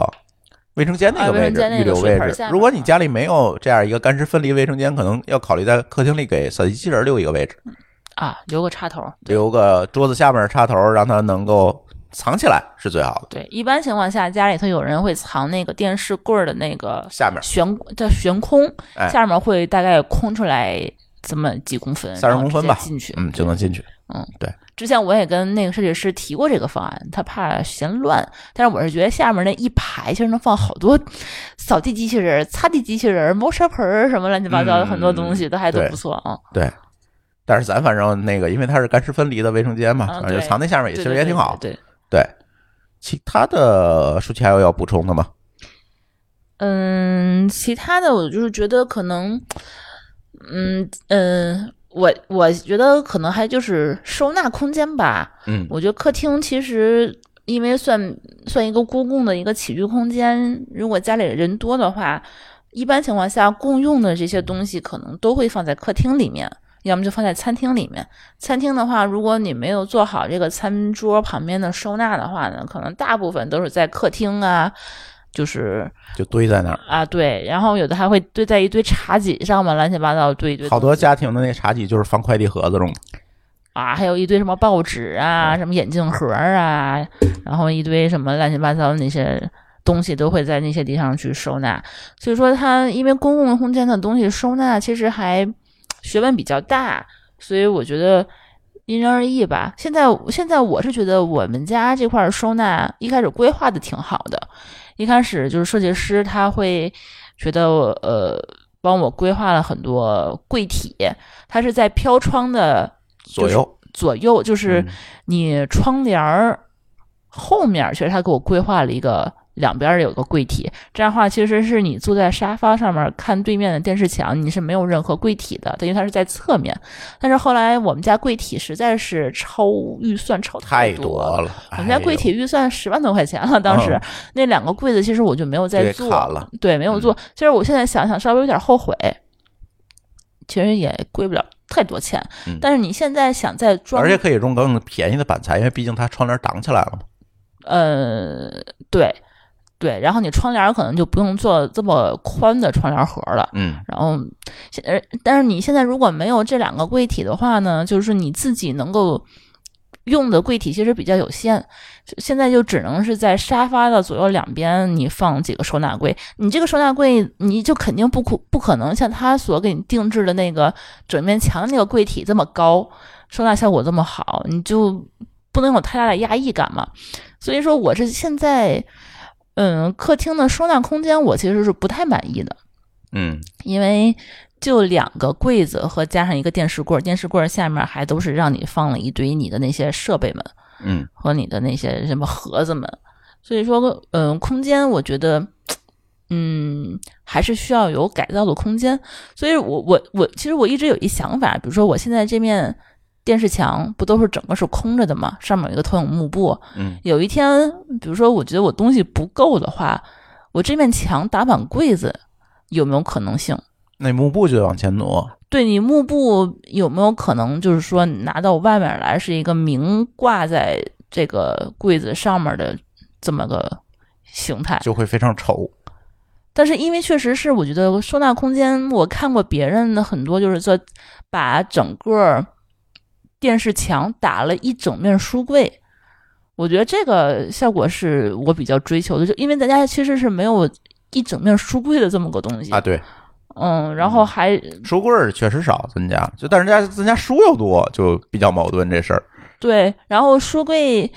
卫生间那
啊
个
卫
位
生
置，
间那
预
个
留
水
位
盆
置
下。面
如果你
啊
家里没有这样一个干湿分离卫生间，可能要考虑在客厅里给扫地机器人留一个位置，
啊，留个插头。
留个桌子下面的插头，让它能够藏起来是最好的。
对，一般情况下家里头有人会藏那个电视柜儿的那个
下面
悬叫悬空
哎，
下面会大概空出来这么几公分，
30
然后
公分
直接
吧
进去。
嗯，就能进去。
之前我也跟那个设计师提过这个方案，他怕嫌乱，但是我是觉得下面那一排其实能放好多扫地机器人、擦地机器人、猫砂盆儿什么乱七八糟的
嗯
很多东西，都还都
对
不错啊。
对，但是咱反正那个，因为它是干湿分离的卫生间嘛，
嗯
反正就
对
藏在下面也
对
其
对
实也挺
对
好。
对，对
对其他的舒淇还有要补充的吗？
嗯，其他的我就是觉得可能，嗯嗯，我我觉得可能还就是收纳空间吧。
嗯
我觉得客厅其实因为算算一个公共的一个起居空间，如果家里人多的话，一般情况下共用的这些东西可能都会放在客厅里面，要么就放在餐厅里面。餐厅的话，如果你没有做好这个餐桌旁边的收纳的话呢，可能大部分都是在客厅啊，就是
就堆在那儿，
啊对，然后有的还会堆在一堆茶几上嘛，乱七八糟堆一堆东西，
好多家庭的那茶几就是放快递盒子用的。
啊，还有一堆什么报纸
嗯
啊，什么眼镜盒儿啊，然后一堆什么乱七八糟的那些东西都会在那些地方去收纳。所以说，它因为公共空间的东西收纳其实还学问比较大，所以我觉得因人而异吧。现在现在我是觉得我们家这块儿收纳一开始规划的挺好的，一开始就是设计师他会觉得我呃帮我规划了很多柜体，它是在飘窗的
左右
左右，就是
嗯
你窗帘儿后面儿，其实他给我规划了一个两边儿有一个柜体。这样的话，其实是你坐在沙发上面看对面的电视墙，你是没有任何柜体的，因为它是在侧面。但是后来我们家柜体实在是超预算超
太
多
多
了。
了，哎
我们家柜体预算十万多块钱了，当时、
嗯
那两个柜子其实我就没有
给
再做，
砍了
对，没有
嗯
做。其实我现在想想，稍微有点后悔，其实也贵不了太多钱。
嗯
但是你现在想再
哎呦，
装，
而且可以用更便宜的板材，因为毕竟它窗帘挡起来了嘛。
呃，对对，然后你窗帘儿可能就不用做这么宽的窗帘盒儿了。
嗯，
然后，现呃，但是你现在如果没有这两个柜体的话呢，就是你自己能够用的柜体其实比较有限，现在就只能是在沙发的左右两边你放几个收纳柜。你这个收纳柜，你就肯定不可不可能像他所给你定制的那个整面墙那个柜体这么高，收纳效果这么好，你就不能有太大的压抑感嘛。所以说，我是现在。嗯，客厅的收纳空间我其实是不太满意的。
嗯，
因为就两个柜子和加上一个电视柜儿，电视柜儿下面还都是让你放了一堆你的那些设备们
嗯，
呃和你的那些什么盒子们，所以说，嗯，空间我觉得嗯，还是需要有改造的空间。所以我我我，其实我一直有一想法，比如说我现在这面电视墙不都是整个是空着的嘛，上面有一个投影幕布。
嗯，
有一天，比如说我觉得我东西不够的话，我这面墙打满柜子有没有可能性？
那幕布就得往前挪。
对你幕布有没有可能就是说拿到外面来是一个明挂在这个柜子上面的这么个形态？
就会非常丑。
但是因为确实是，我觉得收纳空间，我看过别人的很多，就是说把整个电视墙打了一整面书柜，我觉得这个效果是我比较追求的，就因为大家其实是没有一整面书柜的这么个东西
啊，对，
嗯，然后还
书柜儿确实少，咱家就但是人家咱家书又多，就比较矛盾这事儿。
对，然后书柜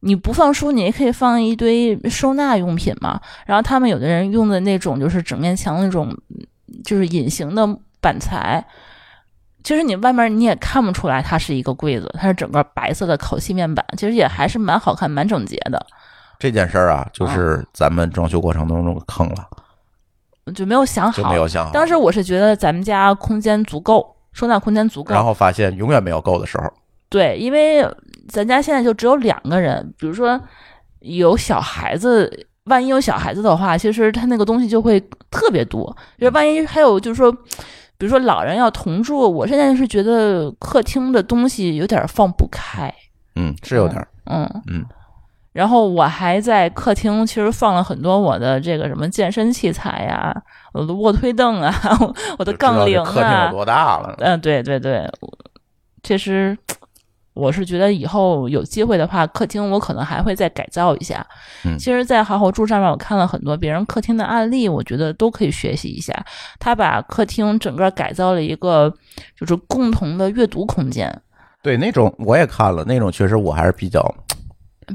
你不放书，你也可以放一堆收纳用品嘛。然后他们有的人用的那种就是整面墙那种，就是隐形的板材，其实你外面你也看不出来它是一个柜子，它是整个白色的烤漆面板，其实也还是蛮好看、蛮整洁的，
这件事儿啊，就是咱们装修过程当中的坑了，
我就没有想
就
好。
没有想好。
当时我是觉得咱们家空间足够，收纳空间足够，
然后发现永远没有够的时候，
对，因为咱家现在就只有两个人，比如说有小孩子，万一有小孩子的话，其实他那个东西就会特别多。就是万一还有就是说，比如说老人要同住，我现在是觉得客厅的东西有点放不开，
嗯，是有点儿，
嗯
嗯。
然后我还在客厅，其实放了很多我的这个什么健身器材呀、我的卧推凳啊， [laughs] 我我的
就知道
杠
这
铃啊，
客厅有多大了。
嗯，对对对，我其实我是觉得以后有机会的话，客厅我可能还会再改造一下。
嗯
其实，在好好住上面，我看了很多别人客厅的案例，我觉得都可以学习一下。他把客厅整个改造了一个就是共同的阅读空间，
对，那种我也看了，那种确实我还是比较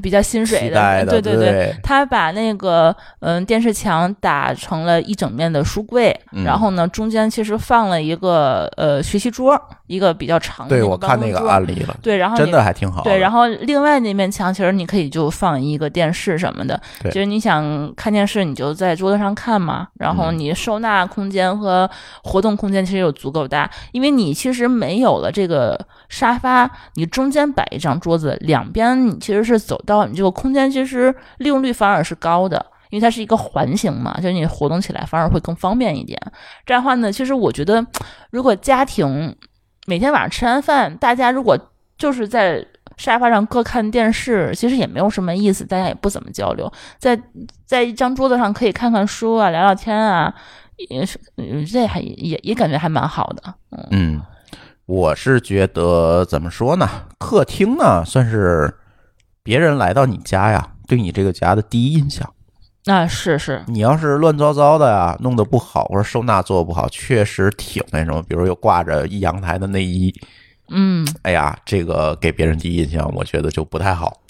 比较薪水
期待
对
对
对对。他把那个嗯电视墙打成了一整面的书柜，
嗯
然后呢中间其实放了一个呃学习桌，一个比较长的
对
个
我
办
看
公
那个
桌
案例了，
对，然后
真
你
的还挺好的。
对，然后另外那面墙其实你可以就放一个电视什么的，
对
就是你想看电视，你就在桌子上看嘛。然后
嗯
你收纳空间和活动空间其实有足够大，因为你其实没有了这个沙发，你中间摆一张桌子，两边你其实是走道，你这个空间其实利用率反而是高的。因为它是一个环形嘛，就是你活动起来反而会更方便一点。这样的话呢，其实我觉得，如果家庭每天晚上吃完饭，大家如果就是在沙发上各看电视，其实也没有什么意思，大家也不怎么交流。在在一张桌子上可以看看书啊，聊聊天啊，也是，嗯这还也也感觉还蛮好的。
嗯，我是觉得怎么说呢？客厅呢，算是别人来到你家呀，对你这个家的第一印象。
那、啊是是，
你要是乱糟糟的呀，弄得不好或者收纳做得不好，确实挺那什么。比如又挂着一阳台的内衣，
嗯，
哎呀，这个给别人第一印象，我觉得就不太好。
嗯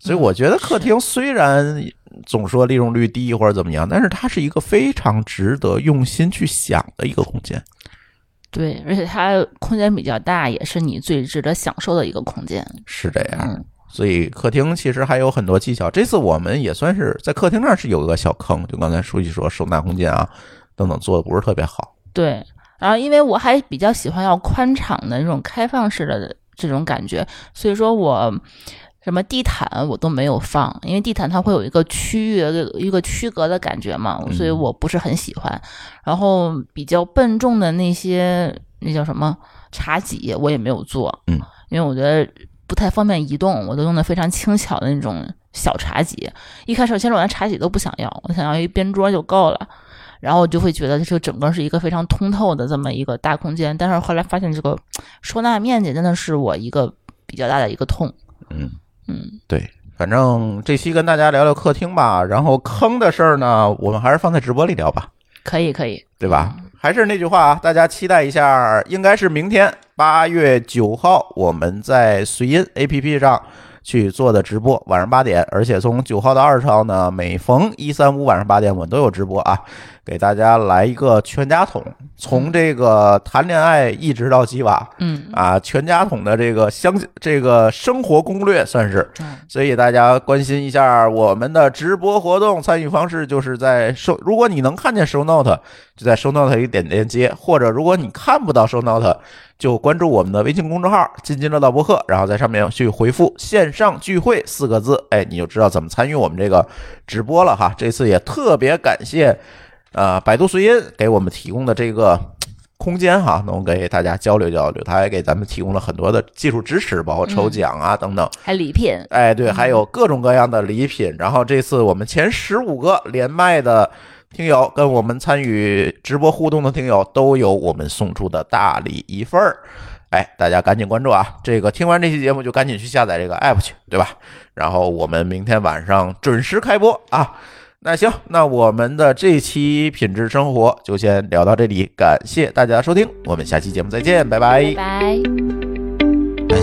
所以我觉得客厅虽然总说利用率低或者怎么样，但是它是一个非常值得用心去想的一个空间。
对，而且它空间比较大，也是你最值得享受的一个空间。
是这样
嗯。
所以客厅其实还有很多技巧。这次我们也算是在客厅那儿是有一个小坑，就刚才书记说收纳空间啊等等做的不是特别好。
对，然后因为我还比较喜欢要宽敞的那种开放式的这种感觉，所以说我什么地毯我都没有放，因为地毯它会有一个区域一个区隔的感觉嘛，所以
嗯
我不是很喜欢。然后比较笨重的那些那叫什么茶几我也没有做，
嗯，
因为我觉得不太方便移动，我都用的非常轻巧的那种小茶几。一开始其实我连茶几都不想要，我想要一边桌就够了。然后我就会觉得这整个是一个非常通透的这么一个大空间。但是后来发现这个收纳面积真的是我一个比较大的一个痛。
嗯，
嗯，
对，反正这期跟大家聊聊客厅吧。然后坑的事儿呢，我们还是放在直播里聊吧，
可以可以，
对吧？还是那句话啊，大家期待一下，应该是明天八月九号，我们在随音 APP 上。去做的直播，晚上八点，而且从九号到二十号呢，每逢一、三、五晚上八点我们都有直播啊。给大家来一个全家桶，从这个谈恋爱一直到鸡娃
嗯，
啊，全家桶的这个相这个生活攻略算是。
对，
所以大家关心一下我们的直播活动参与方式，就是在收，如果你能看见 show note，就在 show note 里点链接，或者如果你看不到 show note，就关注我们的微信公众号“津津乐道播客”，然后在上面去回复“线上聚会”四个字，哎，你就知道怎么参与我们这个直播了哈。这次也特别感谢，呃，百度随音给我们提供的这个。空间哈，能给大家交流交流，他还给咱们提供了很多的技术支持，包括抽奖啊等等。
还礼品，
哎，对，还有各种各样的礼品。然后这次我们前十五个连麦的听友跟我们参与直播互动的听友，都有我们送出的大礼一份儿。哎，大家赶紧关注啊！这个听完这期节目就赶紧去下载这个 app 去，对吧？然后我们明天晚上准时开播啊！那行，那我们的这期品质生活就先聊到这里，感谢大家的收听，我们下期节目再见，拜拜。
拜拜。
感